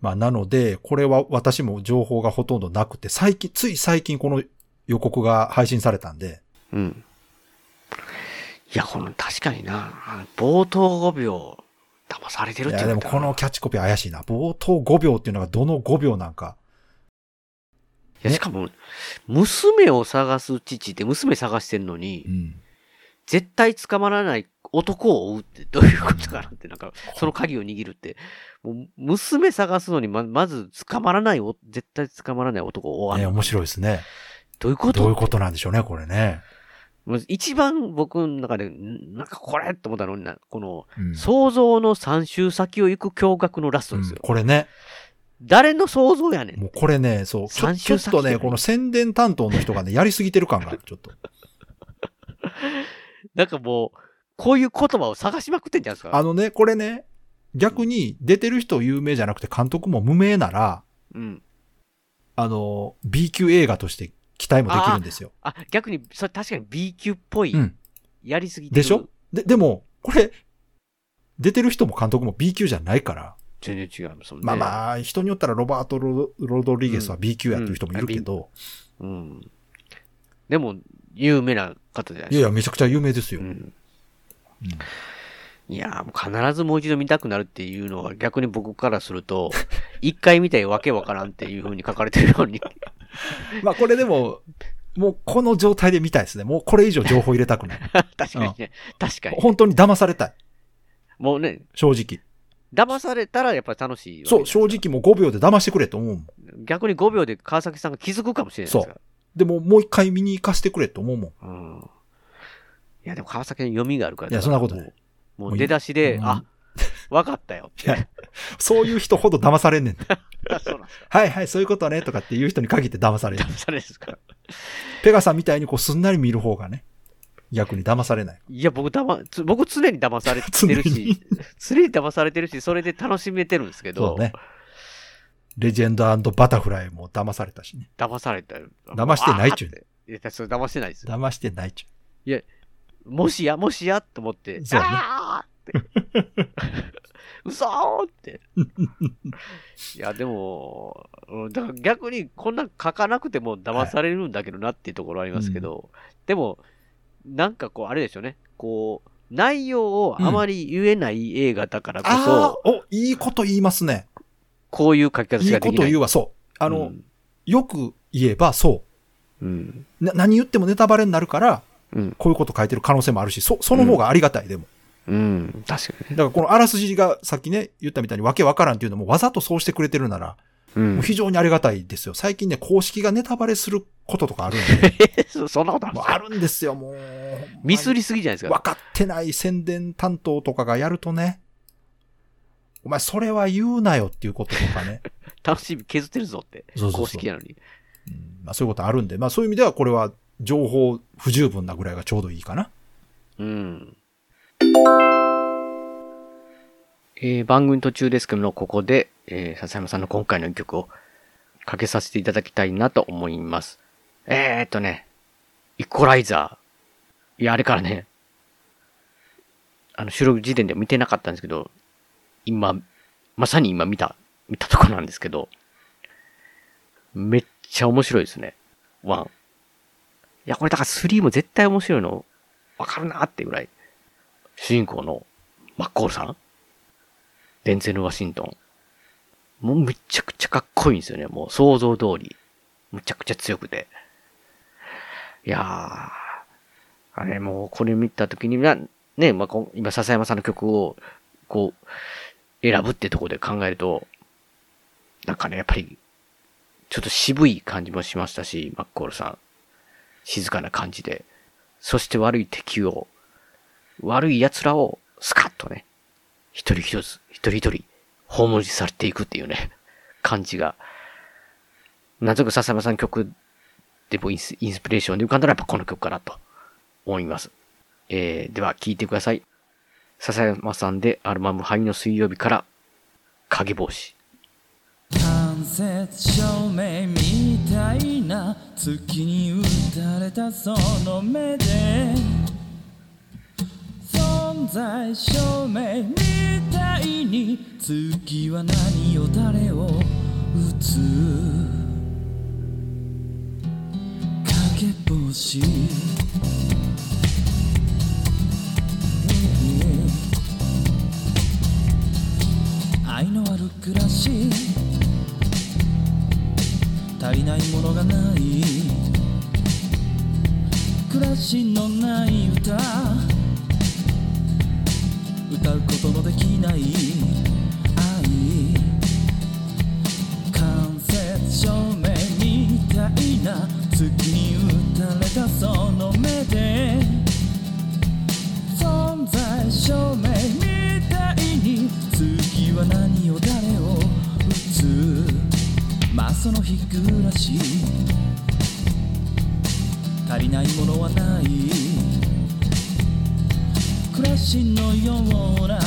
S2: まあ、なので、これは私も情報がほとんどなくて、最近、つい最近この予告が配信されたんで、
S1: うん。いや、この確かにな、冒頭5秒、騙されてる
S2: い
S1: って
S2: や、
S1: 言われ
S2: でも
S1: たら
S2: このキャッチコピー怪しいな。冒頭5秒っていうのがどの5秒なんか。
S1: いや、しかも、娘を探す父って娘探してんのに、
S2: ん。
S1: 絶対捕まらない男を追うってどういうことかなって、なんか、その鍵を握るって。もう娘探すのにま、まず捕まらないお、絶対捕まらない男を追わな
S2: ね、
S1: い。
S2: 面白いですね。
S1: どういうこと
S2: どういうことなんでしょうね、これね。
S1: もう一番僕の中で、んなんかこれって思ったのにな、この、
S2: うん
S1: 想像の三周先を行く驚愕のラストです
S2: うん
S1: よ。
S2: これね、
S1: 誰の想像やねん
S2: もう。これね、そう、ちょ
S1: 三
S2: ち
S1: 週
S2: ょっ
S1: 先
S2: とね、この宣伝担当の人がね、やりすぎてる感があ る、ちょっと。
S1: なんかもう、こういう言葉を探しまくってんじゃないですか。
S2: あのね、これね、逆に出てる人有名じゃなくて監督も無名なら、
S1: うん。
S2: あの、B 級映画として期待もできるんですよ。
S1: あ、逆に、それ確かに B 級っぽい、
S2: うん。
S1: やりすぎてる
S2: でしょで、でも、これ、出てる人も監督も B 級じゃないから、
S1: 全然違う。そのね
S2: まあまあ、人によったらロバートロ・ロドリゲスは B 級やってる人もいるけど、
S1: うん。でも、有名な方じゃない
S2: い
S1: で
S2: や
S1: す
S2: い
S1: か。
S2: や、めちゃくちゃ有名ですよ。
S1: うんいやーもう必ずもう一度見たくなるっていうのは逆に僕からすると、 一回見たいわけわからんっていう風に書かれてるよ うに。
S2: まあこれでも、もうこの状態で見たいですね。もうこれ以上情報入れたく ない。
S1: 確かにね。確かに。
S2: 本当に騙されたい。
S1: もうね、
S2: 正直。
S1: 騙されたらやっぱり楽しいわけじゃ
S2: そ
S1: な
S2: う、
S1: いですか
S2: 正直もう5秒で騙してくれと思うもん。
S1: 逆に5秒で川崎さんが気づくかもしれないですから。
S2: でももう一回見に行かせてくれと思うもん。
S1: うん。いや、でも川崎に読みがあるから。
S2: いやそんなことない
S1: もう。もう出だしで
S2: う、ん
S1: あ、わかったよっ
S2: いや
S1: て。
S2: そういう人ほど騙されんねん。
S1: あそうなんですか。
S2: はいはい、そういうことね、とかっていう人に限って騙される。
S1: 騙されるんですか。
S2: ペガさんみたいにこうすんなり見る方がね、逆に騙されない。
S1: いや、僕、だま、つ僕常に騙されてる し、常に騙されてるし、それで楽しめてるんですけど、
S2: そうね。レジェンドバタフライも騙されたしね。
S1: 騙された。
S2: 騙してないっちゅうね
S1: あーっていや、それ騙してないですよ。
S2: 騙してないっちゅ
S1: もしや、もしやと思って、
S2: そうね
S1: あーって。 嘘ー って。いや、でも、うんだから逆にこんなん書かなくても騙されるんだけどなっていうところありますけど、でも、なんかこう、あれでしょうね、こう、内容をあまり言えない映画だからこ
S2: あ
S1: そ、
S2: あ、お、いいこと言いますね。
S1: こういう書き方
S2: い
S1: し
S2: い
S1: かで
S2: こ
S1: きな
S2: と
S1: い。
S2: 言うわ、そう。あの、
S1: うん
S2: よく言えばそ
S1: うん。
S2: う。な何言ってもネタバレになるから、
S1: うん
S2: こういうこと書いてる可能性もあるし、そ、その方がありがたい、でも。
S1: うん。確かにね。
S2: だからこのあらすじがさっきね、言ったみたいにわけわからんっていうのもわざとそうしてくれてるなら、
S1: う。
S2: もうん非常にありがたいですよ。最近ね、公式がネタバレすることとかあるんで、
S1: そそんなことあるんで
S2: もう
S1: す
S2: あ
S1: か
S2: るんですよ、もう。
S1: ミスりすぎじゃないですか。
S2: わかってない宣伝担当とかがやるとね、お前それは言うなよっていうこととかね。
S1: 楽しみ削ってるぞって。
S2: そうそうそう
S1: 公式なのに。
S2: うんまあ、そういうことあるんで、まあそういう意味ではこれは情報不十分なぐらいがちょうどいいかな。
S1: うん。えー番組途中ですけども、ここで、えー笹山さんの今回の曲をかけさせていただきたいなと思います。えー、っとね、イコライザー。いや、あれからね、あの、収録時点では見てなかったんですけど、今、まさに今見た、見たとこなんですけど、めっちゃ面白いですね。ワン。いや、これだから3も絶対面白いのわかるなってぐらい、主人公のマッコールさんデンゼル・ワシントン。もうめちゃくちゃかっこいいんですよね。もう想像通り。むちゃくちゃ強くて。いやー。あれもうこれ見たときにな、ね、まあ、こう今笹山さんの曲を、こう、選ぶってとこで考えると、なんかね、やっぱり、ちちょっと渋い感じもしましたし、マッコールさん。静かな感じで。そして悪い敵を、悪い奴らを、スカッとね、一人一つ、一人一人、訪問されていくっていうね、感じが。なんとなく笹山さん曲でもインスインスピレーションで浮かんだらやっぱこの曲かなと思います。えー、では聴いてください。笹山さんでアルバム「灰の水曜日」から「影帽子」。
S5: 間接照明みたいな月に打たれたその目で存在証明みたいに月は何を誰を打つ影星愛のある暮らし足りないものがない暮らしのない歌歌うことのできない愛間接照明みたいな月に打たれたその目で存在証明みたいに月は何を誰を打つまあその日暮らし足りないものはない暮らしのような愛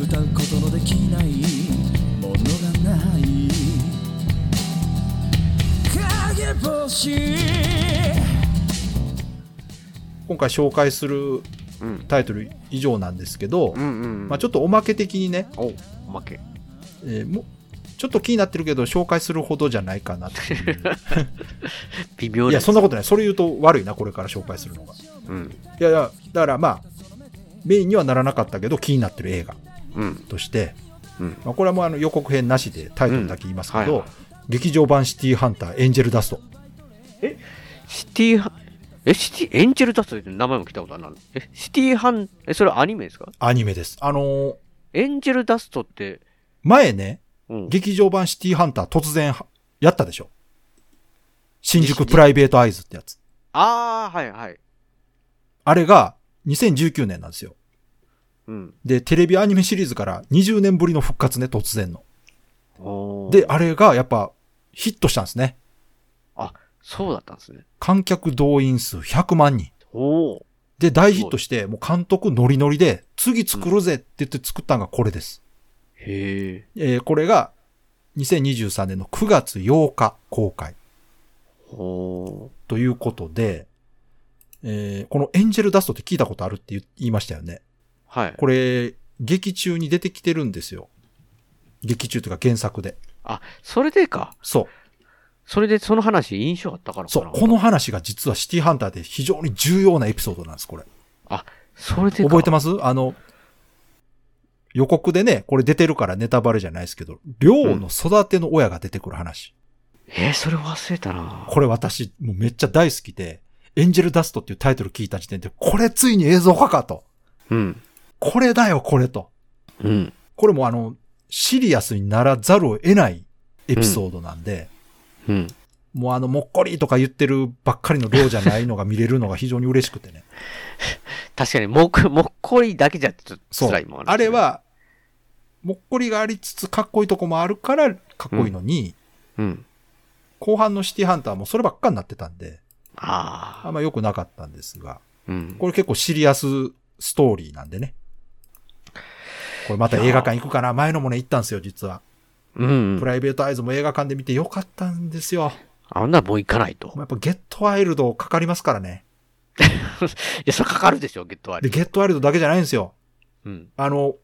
S5: 歌うことのできないものがない影星
S2: 今回紹介する
S1: うん。
S2: タイトル以上なんですけど、
S1: うんうん。
S2: ま
S1: ょ
S2: あ、ちょっとおまけ的にね、
S1: っと。おうおまけ。
S2: えーもうちょっと気になってるけど、紹介するほどじゃないかなって いう。
S1: 微妙
S2: い
S1: で
S2: や、
S1: す。
S2: そんなことない。それ言うと悪いな、これから紹介するのが。い
S1: うん。
S2: やいや、だからまあ、メインにはならなかったけど、気になってる映画
S1: うん。
S2: として、
S1: うん。
S2: まあ、これはもうあの予告編なしでタイトルだけ言いますけ
S1: う
S2: ど、
S1: んはい
S2: 劇場版シティーハンターエンジェルダスト。
S1: シティハ、え、シティ、エンジェルダストって名前も聞いたことあるな。え、シティハン、え、それアニメですか
S2: アニメです。あのー
S1: エンジェルダストって、
S2: 前ね、
S1: うん。
S2: 劇場版シティーハンター突然はやったでしょ。新宿プライベートアイズってやつ。
S1: ああ、はいはい。
S2: あれが2019年なんですよ。
S1: うん。
S2: で、テレビアニメシリーズから20年ぶりの復活ね、突然の。
S1: おー
S2: で、、あれがやっぱヒットしたんですね。
S1: あ、そうだったんですね。
S2: 観客動員数100万人。
S1: おお。
S2: で、大ヒットして、もう監督ノリノリで、次作るぜって言って作ったのがこれです。
S1: へえ。
S2: えーこれが2023年の9月8日公開
S1: おお。
S2: ということで、えーこのエンジェルダストって聞いたことあるって言い言いましたよね。
S1: はい。
S2: これ、劇中に出てきてるんですよ。劇中というか原作で。
S1: あ、それでか。
S2: そう。
S1: それでその話印象あったからか
S2: そ
S1: な。
S2: う。この話が実はシティハンターで非常に重要なエピソードなんです、これ。
S1: それでか
S2: 覚えて
S1: ま
S2: ますあの、予告でね、これ出てるからネタバレじゃないですけど、寮の育ての親が出てくる話。
S1: えーそれ忘れたな
S2: これ私、もうめっちゃ大好きで、エンジェルダストっていうタイトル聞いた時点で、これついに映像化かと。
S1: うん。
S2: これだよ、これと。
S1: うん。
S2: これもあの、シリアスにならざるを得ないエピソードなんで、
S1: うん。
S2: もうあの、もっこりとか言ってるばっかりの量じゃないのが見れるのが非常に嬉しくてね。
S1: 確かに、もっこもっこりだけじゃちょっと
S2: そう。
S1: 辛いもんね
S2: あれ、は、もっこりがありつつ、かっこいいとこもあるから、かっこいいのに、
S1: うん。
S2: 後半のシティハンターもそればっかになってたんで、あ
S1: ああ。
S2: んま良くなかったんですが、
S1: うん。
S2: これ結構シリアスストーリーなんでね。これまた映画館行くかな前のもね行ったんですよ、実は。
S1: うん
S2: プ。ライベートアイズも映画館で見て良かったんですよ。
S1: あほんならもう行かないと。
S2: やっぱゲットワイルドかかりますからね。
S1: いや、それかかるでしょ、ゲットワイ
S2: で、
S1: ル
S2: ゲットワイルドだけじゃないんですよ。
S1: ド。うん。
S2: あの、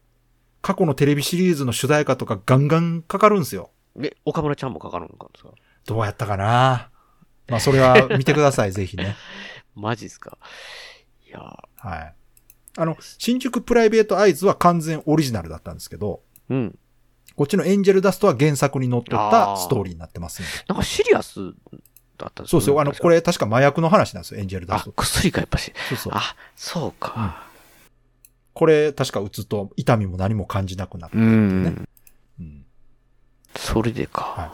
S2: 過去のテレビシリーズの主題歌とかガンガンかかるんですよ。
S1: え、岡村ちゃんもかかるのかですか
S2: どうやったかなまあそれは見てください、ぜひ ね。
S1: マジっすか。いやー
S2: はい。あの、新宿プライベートアイズは完全オリジナルだったんですけど、
S1: うん。
S2: こっちのエンジェルダストは原作にのっとっ
S1: あー
S2: たストーリーになってますんで。
S1: なんかシリアスだったん
S2: そうですよ。あの、こ
S1: れ。
S2: れ確か麻薬の話なんですよ、エンジェルダ
S1: あ
S2: スト、。
S1: 薬か、やっぱし。
S2: そうそう。
S1: あ、そうか。
S2: これ確か打つと痛みも何も感じなくなる。
S1: うん。
S2: うん。
S1: それでか。
S2: はい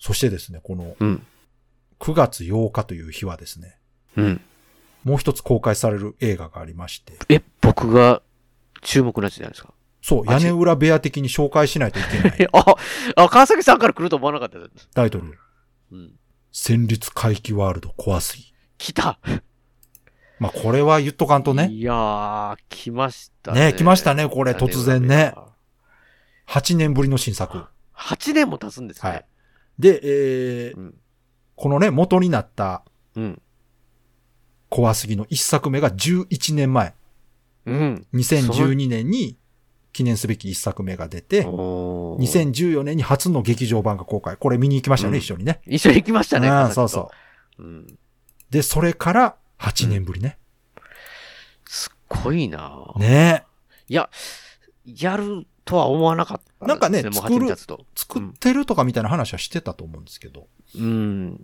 S2: そしてですね、この
S1: うん。
S2: 9月8日という日はですね、
S1: うん。
S2: もう一つ公開される映画がありまして、
S1: え、僕が注目のやつじゃないですか。
S2: そう、
S1: マ
S2: 屋
S1: ジ
S2: 根裏部屋的に紹介しないといけな
S1: え
S2: い
S1: あ、あ、川崎さんから来ると思わなかったです。
S2: タイトル、
S1: うん。
S2: 戦慄回帰ワールド怖すぎ。
S1: 来た
S2: まあ、これは言っとかんとね、
S1: いやー、来ましたね。
S2: ね、来ましたね、これ、突然ね。。8年ぶりの新作。
S1: 8年も経つんですね。
S2: はい。で、えー
S1: うん。
S2: このね、元になった
S1: うん。
S2: 怖すぎの1作目が11年前、
S1: うん。
S2: 2012年に記念すべき1作目が出て、
S1: おー
S2: 2014年に初の劇場版が公開。これ見に行きました
S1: う
S2: ね、
S1: ん
S2: 一緒にね。
S1: 一緒に行きましたね。
S2: あ
S1: 川
S2: あ
S1: 崎
S2: そ
S1: と
S2: うそう。。
S1: うん。
S2: で、それから8年ぶりね。
S1: すっごいなぁ
S2: ねえ。
S1: いや、やるとは思わなかった。
S2: なんかね
S1: もう
S2: 作
S1: 8
S2: る
S1: 年経つと。
S2: 作ってるとかみたいな話はしてたと思うんですけど。
S1: うん。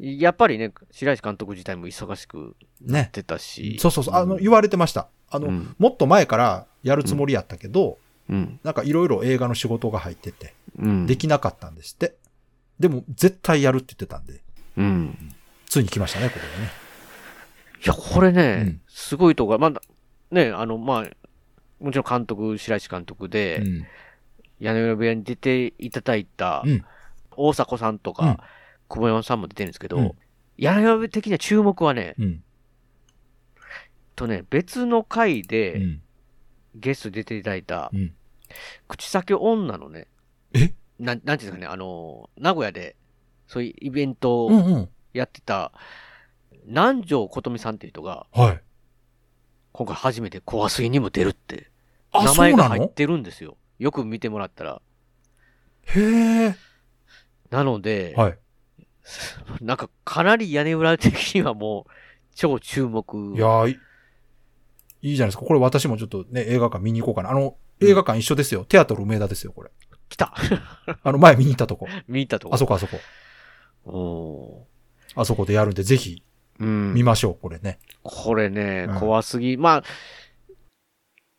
S1: やっぱりね、白石監督自体も忙しくなってたし。
S2: そうそうそう。あの、言
S1: わ
S2: われてました。あの、
S1: うん
S2: もっと前からやるつもりやったけど、
S1: うん。
S2: なんかいろいろ映画の仕事が入ってて、
S1: うん。
S2: できなかったんですって。でも、絶対やるって言ってたんで、
S1: うん。
S2: ついに来ましたね、これね。
S1: いや、これね、
S2: うん
S1: すごいとこが、まだ、ね、あの、まあ、もちろん監督、白石監督で、
S2: うん
S1: 屋根裏部屋に出ていただいた、
S2: うん
S1: 大迫さんと
S2: うん
S1: か、久保山さんも出てるんですけど、
S2: うん
S1: 屋根裏部屋的な注目はね、
S2: うん。
S1: とね、別の回
S2: う
S1: で
S2: ん。
S1: ゲストに出ていただいた、
S2: うん
S1: 口先女のね、
S2: え
S1: なん、なんていうんですかね、あの、名古屋で、そういうイベント
S2: う
S1: を
S2: んうん。
S1: やってた、南條琴美さんっていう人が、
S2: はい。
S1: 今回初めて怖すぎにも出るって、
S2: あ、
S1: 名
S2: そう
S1: 前が
S2: な
S1: 入っ
S2: の
S1: てるんですよ。よく見てもらったら。
S2: へえ。
S1: なので、
S2: はい。
S1: なんかかなり屋根裏的にはもう、超注目。
S2: いやーいいいじゃないですか。これ私もちょっとね、映画館見に行こうかな。あの、映画館一緒ですよ。テアトル梅田ですよ、 これ。
S1: 来た
S2: あの、前見に行ったとこ。
S1: 見たとこ。
S2: あそこあそこ。
S1: お
S2: あそこでやるんで、ぜひ
S1: ーうん
S2: 見ましょう、これね。
S1: これね
S2: うん、
S1: 怖すぎ。まあ、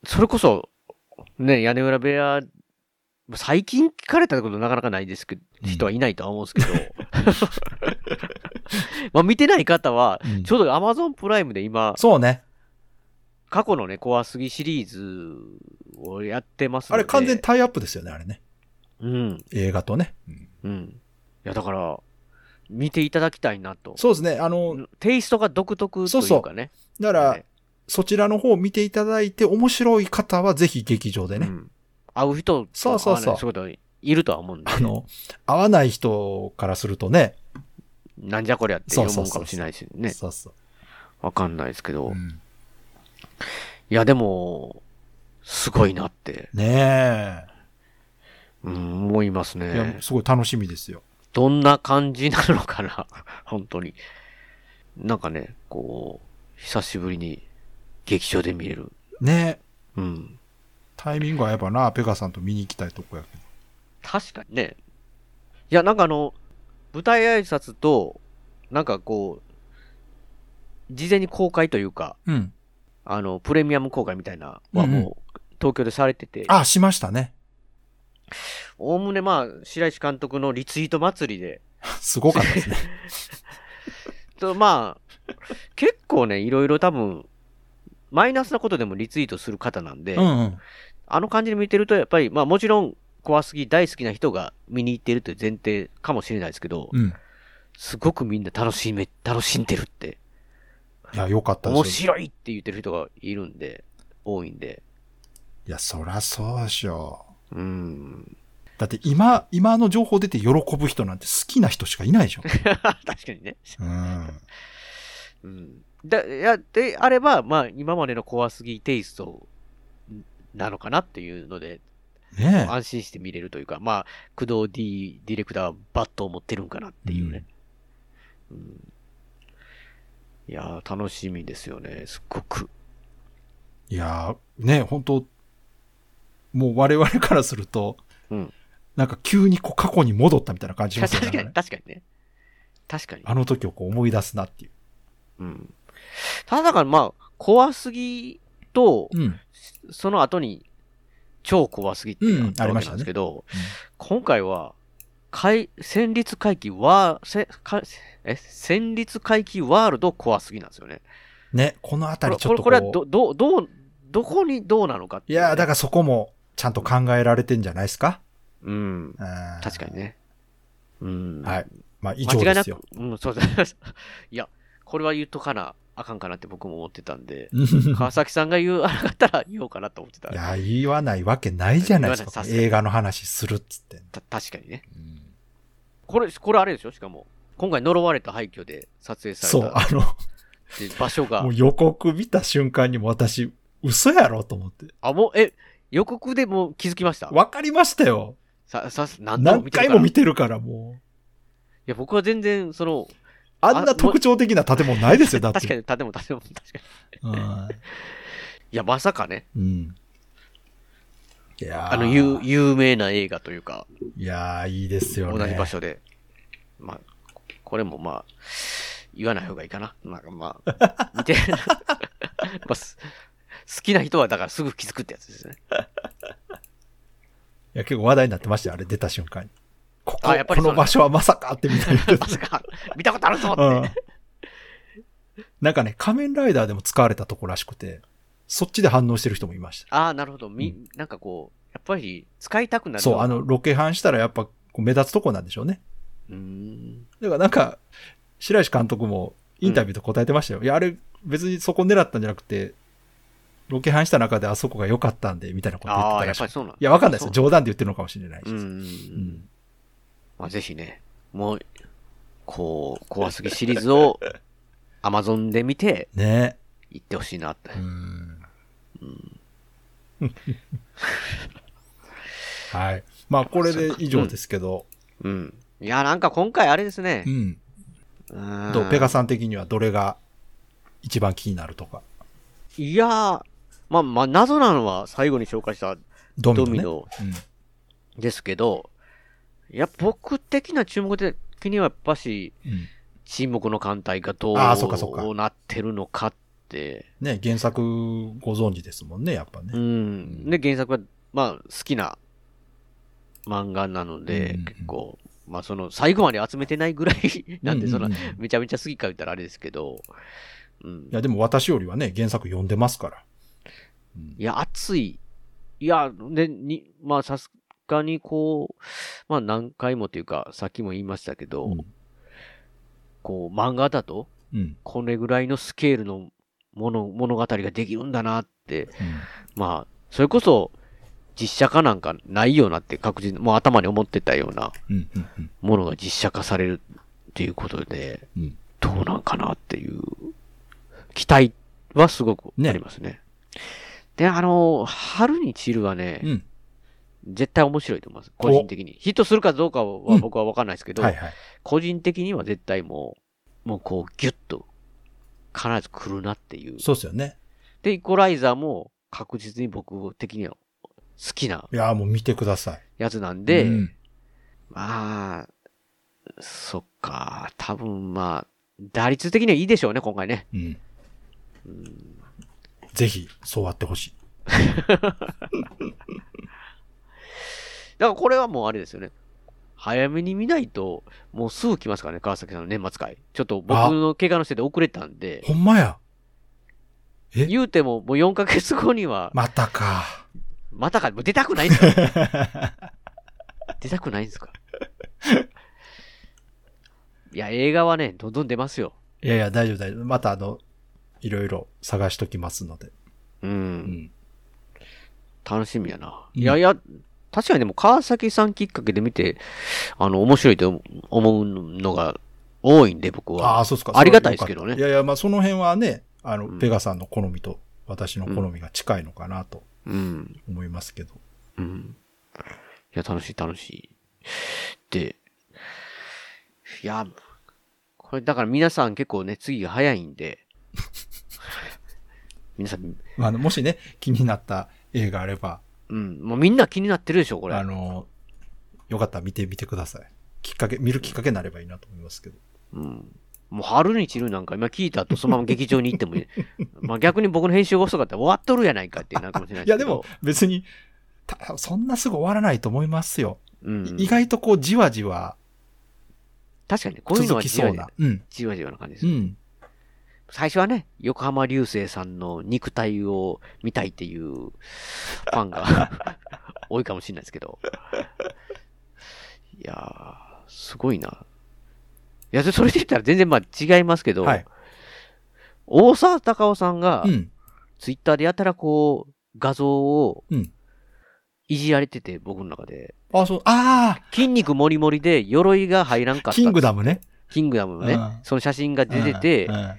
S1: それこそ、ね、屋根裏部屋、最近聞かれたことなかなかないですけど、
S2: うん
S1: 人はいないとは思うんですけど。 まあ見てない方は、
S2: うん
S1: ちょうど Amazon プライムで今、
S2: そうね。
S1: 過去のね、怖すぎシリーズをやってます
S2: あ
S1: ので。
S2: れ完全タイアップですよね、あれね。
S1: うん、
S2: 映画とね。
S1: うん。いや、だから、見ていただきたいなと。
S2: そうですね。あの、
S1: テイストが独特というかね。
S2: だから、そちらの方を見ていただいて、面白い方はぜひ劇場で
S1: ねう
S2: ね。
S1: ん会う人と
S2: そうそうそう
S1: 会わないそういうこといるとは思うんで
S2: あ、の、合わない人からするとね。
S1: なんじゃこりゃって
S2: そう
S1: 思
S2: そう
S1: う
S2: そう
S1: かもしれないしね。
S2: そうそう。
S1: わかんないですけど。
S2: う
S1: い
S2: ん
S1: や、でも、すごいなって、
S2: ね
S1: うん、思います
S2: え。いや
S1: ね、。
S2: すごい楽しみですよ。
S1: どんな感じなのかな 本当に。なんかね、こう、久しぶりに劇場で見れる。
S2: ね
S1: う
S2: え。
S1: ん。
S2: タイミング合えばな、ペガさんと見に行きたいとこやけど。
S1: 確かにね。いや、なんかあの、舞台挨拶と、なんかこう、事前に公開というか、
S2: うん。
S1: あの、プレミアム公開みたいなのは
S2: うんうん
S1: もう、東京でされてて、
S2: あ、しましたね。
S1: おおむねまあ、白石監督のリツイート祭りで、
S2: すごかっ たですね。
S1: とまあ、結構ね、いろいろ多分、マイナスなことでもリツイートする方なんで、
S2: うんうん。
S1: あの感じで見てると、やっぱり、まあもちろん、怖すぎ大好きな人が見に行ってるという前提かもしれないですけど、
S2: うん。
S1: すごくみんな楽しめ、楽しんでるって、
S2: いや、よかったですよ
S1: 面白いって言ってる人がいるんで、多いんで、
S2: いや、そらそうでしょ。
S1: うん、
S2: だって今、今の情報出て喜ぶ人なんて好きな人しか いないでしょ。
S1: 確かにね。
S2: うん。
S1: うんだいやであれば、まあ、今までの怖すぎテイストなのかなっていうので、
S2: ねえ。
S1: 安心して見れるというか、まあ、工藤 D ディレクターはバットを持ってるんかなっていうね。うんいやー、楽しみですよね、すっごく。
S2: いやー、ねえ、本当もう我々からすると、
S1: うん
S2: なんか急にこう過去に戻ったみたいな感じしますよ
S1: 確かに、
S2: ね。
S1: 確かにね。確かに。
S2: あの時をこう思い出すなっていう。
S1: うん、ただ、だからまあ、怖すぎと、
S2: うん。
S1: その後に、超怖すぎって
S2: うん
S1: なった
S2: あり
S1: わ
S2: ま
S1: け
S2: し
S1: な
S2: たね
S1: んですけど、今回は、海戦慄回帰は、せかえ戦慄回帰ワールド怖すぎなんですよね。
S2: ね、このあ
S1: こ
S2: た
S1: れ
S2: りち
S1: こ
S2: ょ
S1: れ
S2: っと
S1: これは
S2: こう
S1: ど、ど、どう、どこにどうなのかって
S2: い
S1: いうね、
S2: やーだからそこもちゃんと考えられてんじゃないですか。
S1: うん。
S2: うん
S1: 確かに。ね。うん。
S2: はい。まあ、以
S1: 間違
S2: 上
S1: い
S2: で
S1: な
S2: すよ
S1: く。、うん、そう です。いや、これは言うとかな、あかんかなって僕も思ってたんで、川崎さんが言う、あなたら言おうかなと思ってた。
S2: いや、言わないわけないじゃないです
S1: 言わ
S2: か。
S1: ないさすがに
S2: 映画の話するっつって。
S1: た確かにね。
S2: うん
S1: これ、これあれでしょしかも、今回呪われた廃墟で撮影さ
S2: そ
S1: れ
S2: う、
S1: たっ
S2: あの、
S1: ていう場所が
S2: もう、予告見た瞬間にもう私、嘘やろと思って。
S1: あ、もう、え、予告でもう気づきました。
S2: わかりましたよ。
S1: さ、さ、何度も
S2: 何
S1: 見てる
S2: 回
S1: から
S2: も見
S1: い
S2: てるから、もう。
S1: や、僕は全然、その、
S2: あんな特徴的な建物ないですよ、だっ
S1: 確か
S2: て。
S1: に、建物、建物、確かに。
S2: うん
S1: いや、まさかね、
S2: うん。いやー
S1: あの、有、有名な映画というか、
S2: いやーいいですよね。
S1: 同じ場所で。まあ、これもまあ、言わない方がいいかな。なんかまあ、 見て、 まあ、す好きな人はだからすぐ気づくってやつですね。
S2: いや、結構話題になってましたよ、あれ出た瞬間に。ここ、
S1: あやっぱ
S2: こ
S1: りそう
S2: の場所はまさかってみたいな。
S1: まさか、 見たことあるぞって。
S2: うん。なんかね、仮面ライダーでも使われたとこらしくて、そっちで反応してる人もいまし
S1: ああ、なるほど。み、なんかこう、やっぱり使いたくな
S2: た。
S1: る。
S2: そう、あの、、ロケハンしたらやっぱこう目立つとこなんでしょうね。
S1: うーん。
S2: だからなんか、白石監督もインタビューと答えてましたよ。いや、あれ別にそこ狙ったんじゃなくて、ロケハンした中であそこが良かったんで、みたいなこと言って
S1: あ
S2: た
S1: あ、や
S2: ら
S1: っ
S2: し
S1: ぱ
S2: い
S1: り。そうなん
S2: いや、わかんないですよ。
S1: そう
S2: 冗談で言ってるのかもしれないし。
S1: うんうんう。
S2: うんん
S1: まあ、ぜひね、もう、こう、怖すぎシリーズ を、アマゾンで見て、
S2: ね
S1: 行ってほしいなって
S2: え。う。ん。 はい。まあ、これで以上ですけど、
S1: うん。いや、なんか今回あれですね
S2: う。ん。
S1: うん
S2: どうペガさん的にはどれが一番気になるとか。
S1: いやー、まあ、まあ、謎なのは最後に紹介した
S2: ドミ
S1: ド
S2: ノ、ね。
S1: ミノ
S2: うん。
S1: ですけど、いや、僕的な注目的にはやっぱし、
S2: うん
S1: 沈黙の艦隊がど
S2: あーそうかそうか
S1: うなってるのかって、
S2: ね、原作ご存知ですもんね、やっぱ
S1: う
S2: ね。
S1: ん。で、原作は、まあ、好きな漫画なので、
S2: うん
S1: 結構、まあ、その、最後まで集めてないぐらい なんで、その
S2: うう、うんい
S1: めちゃめちゃ好きか言ったらあれですけど、うん。
S2: や、でも私よりはね、原作読んでますから。うん
S1: いや、熱い。いや、で、に、まあ、さすがにこう、まあ、何回もというか、さっきも言いましたけど、
S2: うん
S1: こう、漫画だと、
S2: うん。うん
S1: これぐらいのスケールのもの、物語ができるんだなって、まあ、それこそ、実写化なんかないようなって確実に、もう頭に思ってたような
S2: うん。うんうん。
S1: ものが実写化されるっていうことで、
S2: うん
S1: どうなんかなっていう期待はすごく
S2: ね
S1: ありますね。で、あの、春に散るはね、
S2: うん。
S1: 絶対面白いと思います。個人的に。ヒットするかどうか
S2: う
S1: は
S2: ん
S1: 僕は分かんないですけど、
S2: はいはい。
S1: 個人的には絶対もう、もうこうギュッと必ず来るなっていう。
S2: そうですよね。
S1: で、イコライザーも確実に僕的には好きない
S2: やー、もう見てください。
S1: やつなんで、
S2: うん
S1: まあ、そっか、多分まあ、打率的にはいいでしょうね、今回ね。
S2: うん。ぜひ、そうあってほしい。
S1: だからこれはもうあれですよね。早めに見ないと、もうすぐ来ますからね、川崎さんの年末会。ちょっと僕の怪我のせいで遅れたんで。
S2: ほんまや。え
S1: 言うても、もう4ヶ月後には、
S2: またか。
S1: またか、もう出たくないんですか 出たくないんですかいや、映画はね、どんどん出ますよ。
S2: いやいや、大丈夫大丈夫。またあの、いろいろ探しときますので。
S1: うん。
S2: うん。
S1: 楽しみやな。
S2: うん
S1: いやいや、確かにでも川崎さんきっかけで見て、あの、面白いと思うのが多いんで、僕
S2: あ
S1: は。
S2: あ、そうですか。
S1: ありがたいですけどね
S2: それはよかったいやいや、まあその辺はね、あの、
S1: うん
S2: ペガさんの好みと私の好みが近いのかなと
S1: うん。
S2: 思いますけど。
S1: うん。いや、楽しい、楽しい。で、いや、これだから皆さん結構ね、次が早いん で、皆さん、
S2: まああの、もしね、気になった映画あれば、
S1: うん、もうみんな気になってるでしょ、これ。
S2: あの、よかったら見てみてください。きっかけ、見るきっかけになればいいなと思いますけど。
S1: うん。もう春に散るなんか今聞いた後、そのまま劇場に行っても いい。まあ逆に僕の編集が遅かったら終わっとるやないかってなるかもしれない
S2: いや、でも
S1: けど
S2: 別に、たそんなすぐ終わらないと思いますよ。
S1: うんうん
S2: 意外とこう、じわじわ
S1: 確かにねこういうの
S2: 続
S1: は
S2: き
S1: じ
S2: そ
S1: わ
S2: う
S1: じわ
S2: な。うん。
S1: じわじわな感じです
S2: う
S1: よ、
S2: ん。
S1: 最初はね、横浜流星さんの肉体を見たいっていうファンが 多いかもしれないですけど。いやー、すごいな。いや、でそれで言ったら全然まあ違いますけど、
S2: はい。
S1: 大沢たかおさんが
S2: うん。
S1: ツイッターでやたらこう画像を
S2: うん
S1: いじられてて、僕の中で。
S2: あ、そう、あ
S1: 筋肉もりもりで鎧が入らんかった
S2: あ
S1: っつ。
S2: キングダムね。
S1: キングダムのね、
S2: うん
S1: その写真が出てて、
S2: うん
S1: ま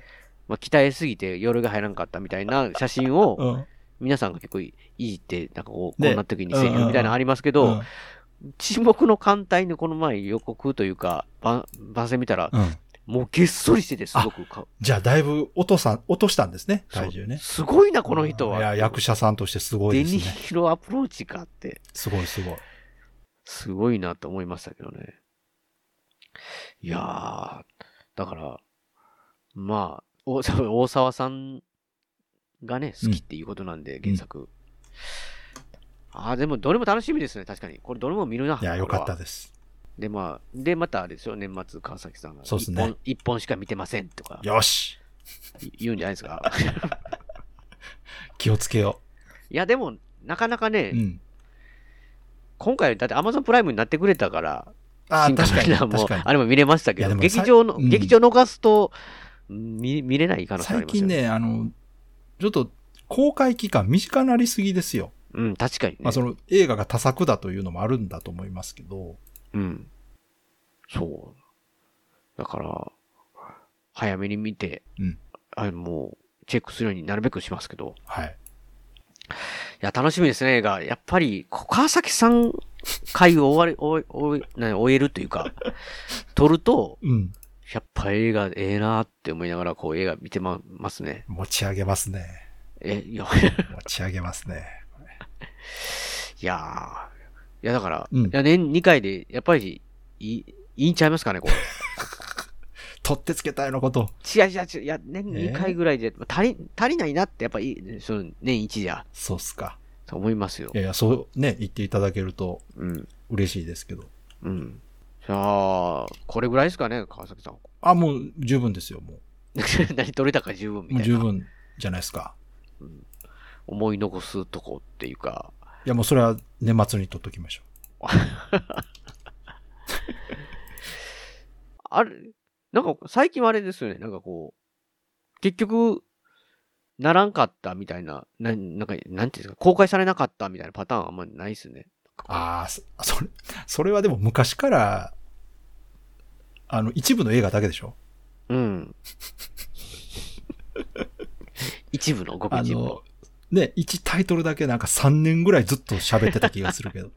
S1: あ、鍛えすぎて鎧が入らんかったみたいな写真を、
S2: うん。うん
S1: 皆さんが結構いいって、なんかこう、
S2: ね
S1: こんな時に制御みたいなのありますけど、
S2: うん
S1: 沈黙の艦隊のこの前予告というか、番番宣見たら、
S2: うん。
S1: もうげっそりしてて、すごくか、
S2: じゃあ、だいぶ落とさ、落としたんですね、体重ね。
S1: すごいな、この人は。
S2: いや、役者さんとしてすごい
S1: デ
S2: です
S1: ニ
S2: ね。
S1: ヒロアプローチかって、
S2: すごいすごい。
S1: すごいなと思いましたけどね。いやー、だから、まあ、お 大沢さんがね、好きっていうことなんで、原作。ああ、でも、どれも楽しみですね、確かに。これ、どれも見るな。
S2: いや、よかっ
S1: これ
S2: た
S1: は
S2: です。
S1: で、まあ、で、またあれですよ、年末、川崎さんが。
S2: そうっすね
S1: 一本。一本しか見てませんとか
S2: よし
S1: 言うんじゃないです か。
S2: 気をつけよ
S1: いや、でも、なかなかね
S2: う。、うん。
S1: 今回、だって Amazon プライムになってくれたから、
S2: ああ、
S1: 新
S2: 確
S1: 幹
S2: かに。
S1: 線も
S2: 確かに。
S1: あれも見れましたけ
S2: いや
S1: ど、
S2: でも
S1: 劇場の、
S2: さいうん
S1: 劇場逃すと、見見れない可能性あり
S2: 最
S1: ますよ
S2: 近。ね、あの、ちょっと、公開期間短なりすぎですよ。
S1: うん、確かにね。
S2: まあ、その映画が多作だというのもあるんだと思いますけど、
S1: うん。そう。だから、早めに見て、
S2: うん
S1: あもう、チェックするようになるべくしますけど、
S2: はい。
S1: いや、楽しみですね、映画。やっぱり、こ川崎さん回を終わり、終え終え何終えるという か、撮ると、
S2: うん。
S1: やっぱ映画ええなって思いながら、こう映画見てま、ますね。
S2: 持ち上げますね。
S1: え、いや、
S2: 持ち上げますね。
S1: いやーいやだから、
S2: うん
S1: いや年2回で、やっぱりいい、いいんちゃいますかね、これ。
S2: 取ってつけたようなこと。
S1: 違う違う違う、いや、年2回ぐらいで、足り、足りないなって、やっぱり、その、年1じゃ、
S2: そうっすか。
S1: と思いますよ
S2: い。やいや、そうね、言っていただけると
S1: うん。
S2: 嬉しいですけど。
S1: うん。じゃあ、これぐらいですかね、川崎さん。
S2: あ、もう十分ですよ、も
S1: 何取れたか十分
S2: う。
S1: み
S2: も
S1: た
S2: う
S1: いな。
S2: 十分じゃないですか。
S1: 思い残すとこっていうか、
S2: いや、もうそれは年末に取っときましょ
S1: あれ、なんか最近はあれですよね、なんかこう、結局、ならんかったみたいな、ななんか、なんていうんですか、公開されなかったみたいなパターンはあんまりないですね。
S2: う。ああ、そ それ、それはでも昔から、あの、一部の映画だけでしょ
S1: うん。一部の、ごく
S2: あ
S1: 一部の
S2: の。、ね、一タイトルだけなんか3年ぐらいずっと喋ってた気がする けど。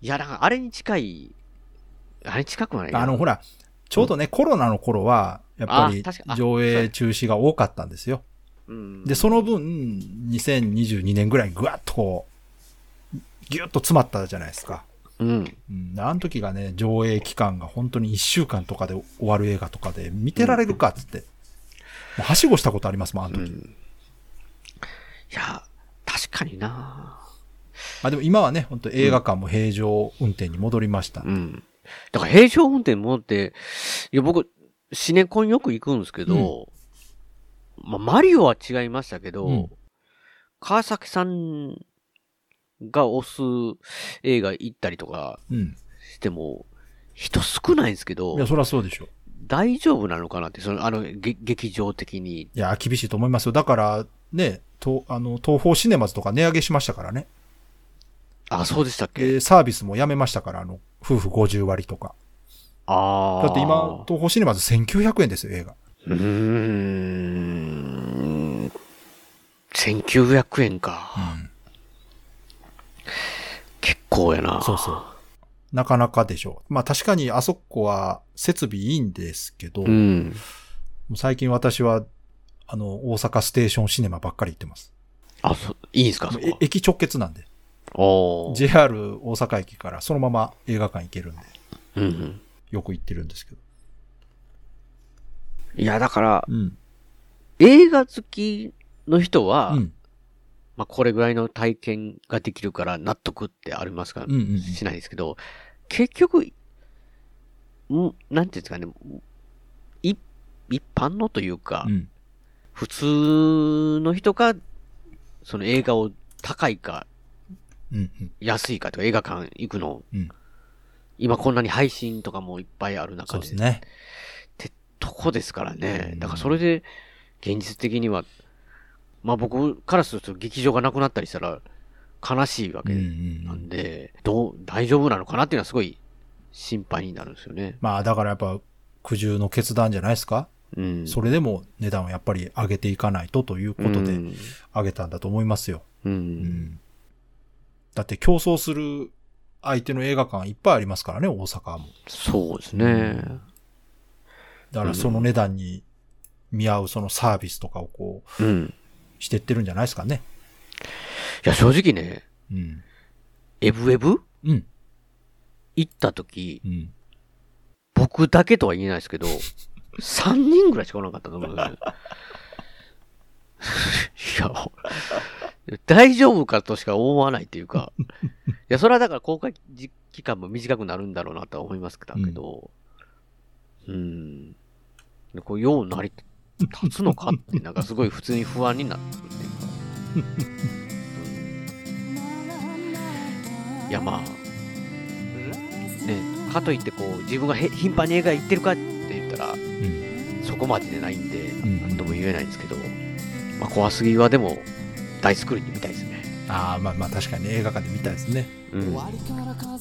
S1: いや、なんかあれに近い、あれに近くはないな
S2: あの、ほら、ちょうどね、コロナの頃は、やっぱ
S1: あ
S2: り
S1: 確かあ
S2: 上映中止が多かったんですよ。
S1: うん、
S2: で、その分、2022年ぐらいにぐわっとこう、ぎゅっと詰まったじゃないですか。
S1: うん。
S2: うん、あの時がね、上映期間が本当に1週間とかで終わる映画とかで、見てられるかっつって、もうはしごしたことありますもん、あの
S1: う
S2: 時。
S1: ん。いや、確かにな
S2: まあでも今はね、本当映画館も平常運転に戻りました。
S1: うん。だから平常運転もって、いや僕、シネコンよく行くんですけど、まあ、マリオは違いましたけど、
S2: うん
S1: 川崎さんが推す映画行ったりとか
S2: うん。
S1: しても、人少ないんですけど
S2: いや、、そりゃそうでしょ。
S1: 大丈夫なのかなって、その、あの、げ劇場的に。
S2: いや、厳しいと思いますよ。だから、ね、とあの東方シネマズとか値上げしましたからね。
S1: あ、そうでしたっけ、
S2: で、サービスもやめましたから、あの、夫婦50割とか。
S1: ああ。
S2: だって今、東方シネマズ1900円ですよ、映画。
S1: うーん。1900円か。結構やな。
S2: そうそう。なかなかでしょう。まあ確かにあそこは設備いいんですけど、
S1: う
S2: も
S1: ん。
S2: う最近私は、あの、大阪ステーションシネマばっかり行ってます。
S1: あ、そいいんですかそ
S2: え
S1: こ。
S2: 駅直結なんで。
S1: おー
S2: JR 大阪駅からそのまま映画館行けるんで、
S1: うんうん。
S2: よく行ってるんですけど。
S1: いや、だから、
S2: うん。
S1: 映画好きの人は、
S2: うん。
S1: まあ、これぐらいの体験ができるから納得ってありますか、
S2: うんうんうん
S1: しないですけど、結局、うん、なんていうんですかね、い一般のというか、
S2: うん。
S1: 普通の人が、その映画を高いか
S2: うんうん。
S1: 安いかとか映画館行くの、
S2: うん
S1: 今こんなに配信とかもいっぱいある中
S2: そう
S1: で、
S2: ですね。
S1: とこですからね
S2: う。ん
S1: だからそれで、現実的には、まあ僕からすると劇場がなくなったりしたら悲しいわ
S2: うん
S1: け
S2: うんう
S1: なん
S2: ん。
S1: で、どう、大丈夫なのかなっていうのはすごい心配になるんですよね。
S2: まあだからやっぱ苦渋の決断じゃないですか。
S1: うん。
S2: それでも値段をやっぱり上げていかないとということ
S1: う
S2: で
S1: ん
S2: 上げたんだと思いますよ。
S1: う
S2: うん
S1: ん。
S2: だって競争する相手の映画館いっぱいありますからね、大阪も。
S1: そうですね。
S2: だからその値段に見合うそのサービスとかをこう
S1: うん。
S2: してってるんじゃないですかね。
S1: いや、正直ね、
S2: うん。
S1: エブエブ
S2: うん。
S1: 行った時、
S2: うん。
S1: 僕だけとは言えないですけど、3人ぐらいしかおらなかったと思うんですよ。 いや、大丈夫かとしか思わないっていうか、いや、それはだから公開時期間も短くなるんだろうなとは思いますけど、うん。でこう、よう成り立つのかって、なんかすごい普通に不安になってくるっていうか。うんいや、まあ、ね、かといってこう自分がへ頻繁に映画行ってるかって言ったら
S2: うん。
S1: そこまででないんで
S2: ん
S1: 何とも言えないんですけど、まあ、怖すぎはでも大スクリーンで見たいですね、
S2: ああ、まあまあ確かに映画館で見たいですね。
S1: うん、い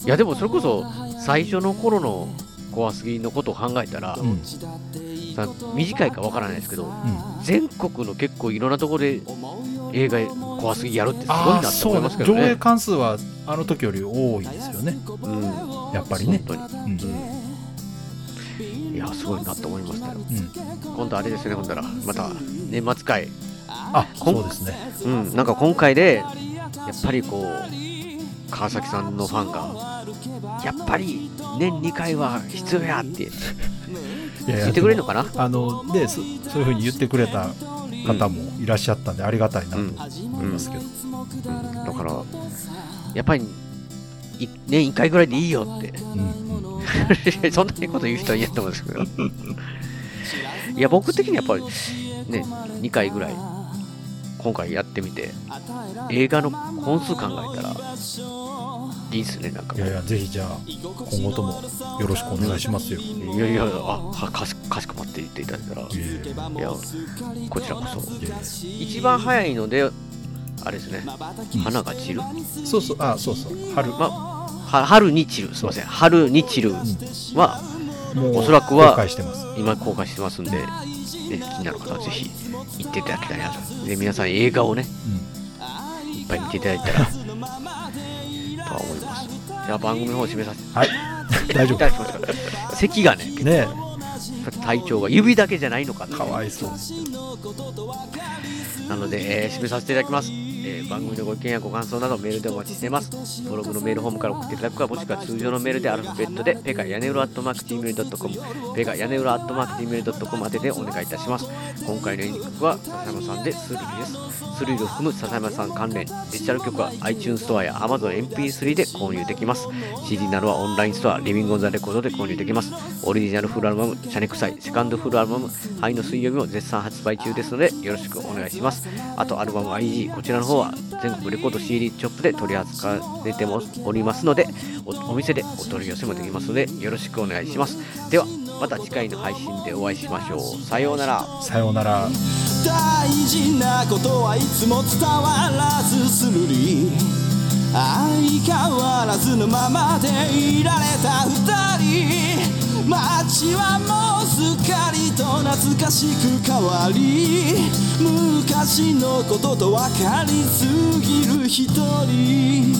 S1: やでもそれこそ最初の頃の怖すぎのことを考えたら、
S2: うん。
S1: さ短いかわからないですけど
S2: うん。
S1: 全国の結構いろんなところで映画怖すぎやるってすごい
S2: あ
S1: な
S2: あ、
S1: と
S2: そ
S1: 思いうま
S2: ね
S1: すけ。ど
S2: 上映
S1: ね。
S2: 関数はあの時より多いですよね。
S1: うん、
S2: やっぱりね。
S1: 本当
S2: うん。
S1: にいやすごいなと思いましたよ
S2: うん。
S1: 今度あれですねほんだらまた年末会
S2: あ、そうですね。
S1: うん、なんか今回でやっぱりこう川崎さんのファンがやっぱり年2回は必要やって
S2: いやいや
S1: 言ってくれるのかな
S2: あのでそそういうふうに言ってくれた方もいらっしゃったんでありがたいなと
S1: うん
S2: 思いますけど、
S1: うんだからやっぱりい年1回ぐらいでいいよって
S2: うんうん
S1: そんなこと言う人はいないと思うんです けどいや僕的にはやっぱりね2回ぐらい今回やってみて映画の本数考えたらいいっすねなんか
S2: いやいやぜひじゃあ今後ともよろしくお願いしますよ、
S1: いやいや、あかかしかしこまって言っていただいたら、い
S2: ええ
S1: や、こちらこそ。
S2: いやいや
S1: 一番早いので、あれですね、花が散る。
S2: そうそうあそうそう春、
S1: まは春に散る、すみません、春に散るは、
S2: もう
S1: おそらくは
S2: 公開してます
S1: 今公開してますんで、ね、気になる方はぜひ行っていただきたいなと。で、皆さん映画をね、いっぱい見ていただいたら、とは思います。じゃあ番組の方を締めさせて
S2: はい大 丈
S1: いただきますから、咳がね、
S2: 夫ね
S1: 体調が指だけじゃないのか
S2: え
S1: な
S2: かわいそう
S1: なので、えー締めさせていただきます、えー番組のご意見やご感想などメールでお待ちしていますブログのメールフォームから送っていただくかもしくは通常のメールでアルファベットでペガヤネウラアットマーク Gmail.com ペガヤネウラアットマーク Gmail.com 宛てでお願いいたします今回の演曲は笹山さんでスリルですスリルを含む笹山さん関連デジタル曲は iTunes ストアや AmazonMP3 で購入できます CD などはオンラインストアリビングオンザレコードで購入できますオリジナルフルアルバム「シャネクサイ」セカンドフルアルバム「愛の水曜日」も絶賛発売中ですのでよろしくお願いしますあとアルバム IG こちらの方は全国レコード CD ショップで取り扱われてもおりますのでおお店でお取り寄せもできますのでよろしくお願いしますではまた次回の配信でお会いしましょうさようなら
S2: さようなら
S4: 大事なことはいつも伝わらずするり相変わらずのままでいられた二人街はもうすっかりと懐かしく変わり昔のことと分かりすぎる一人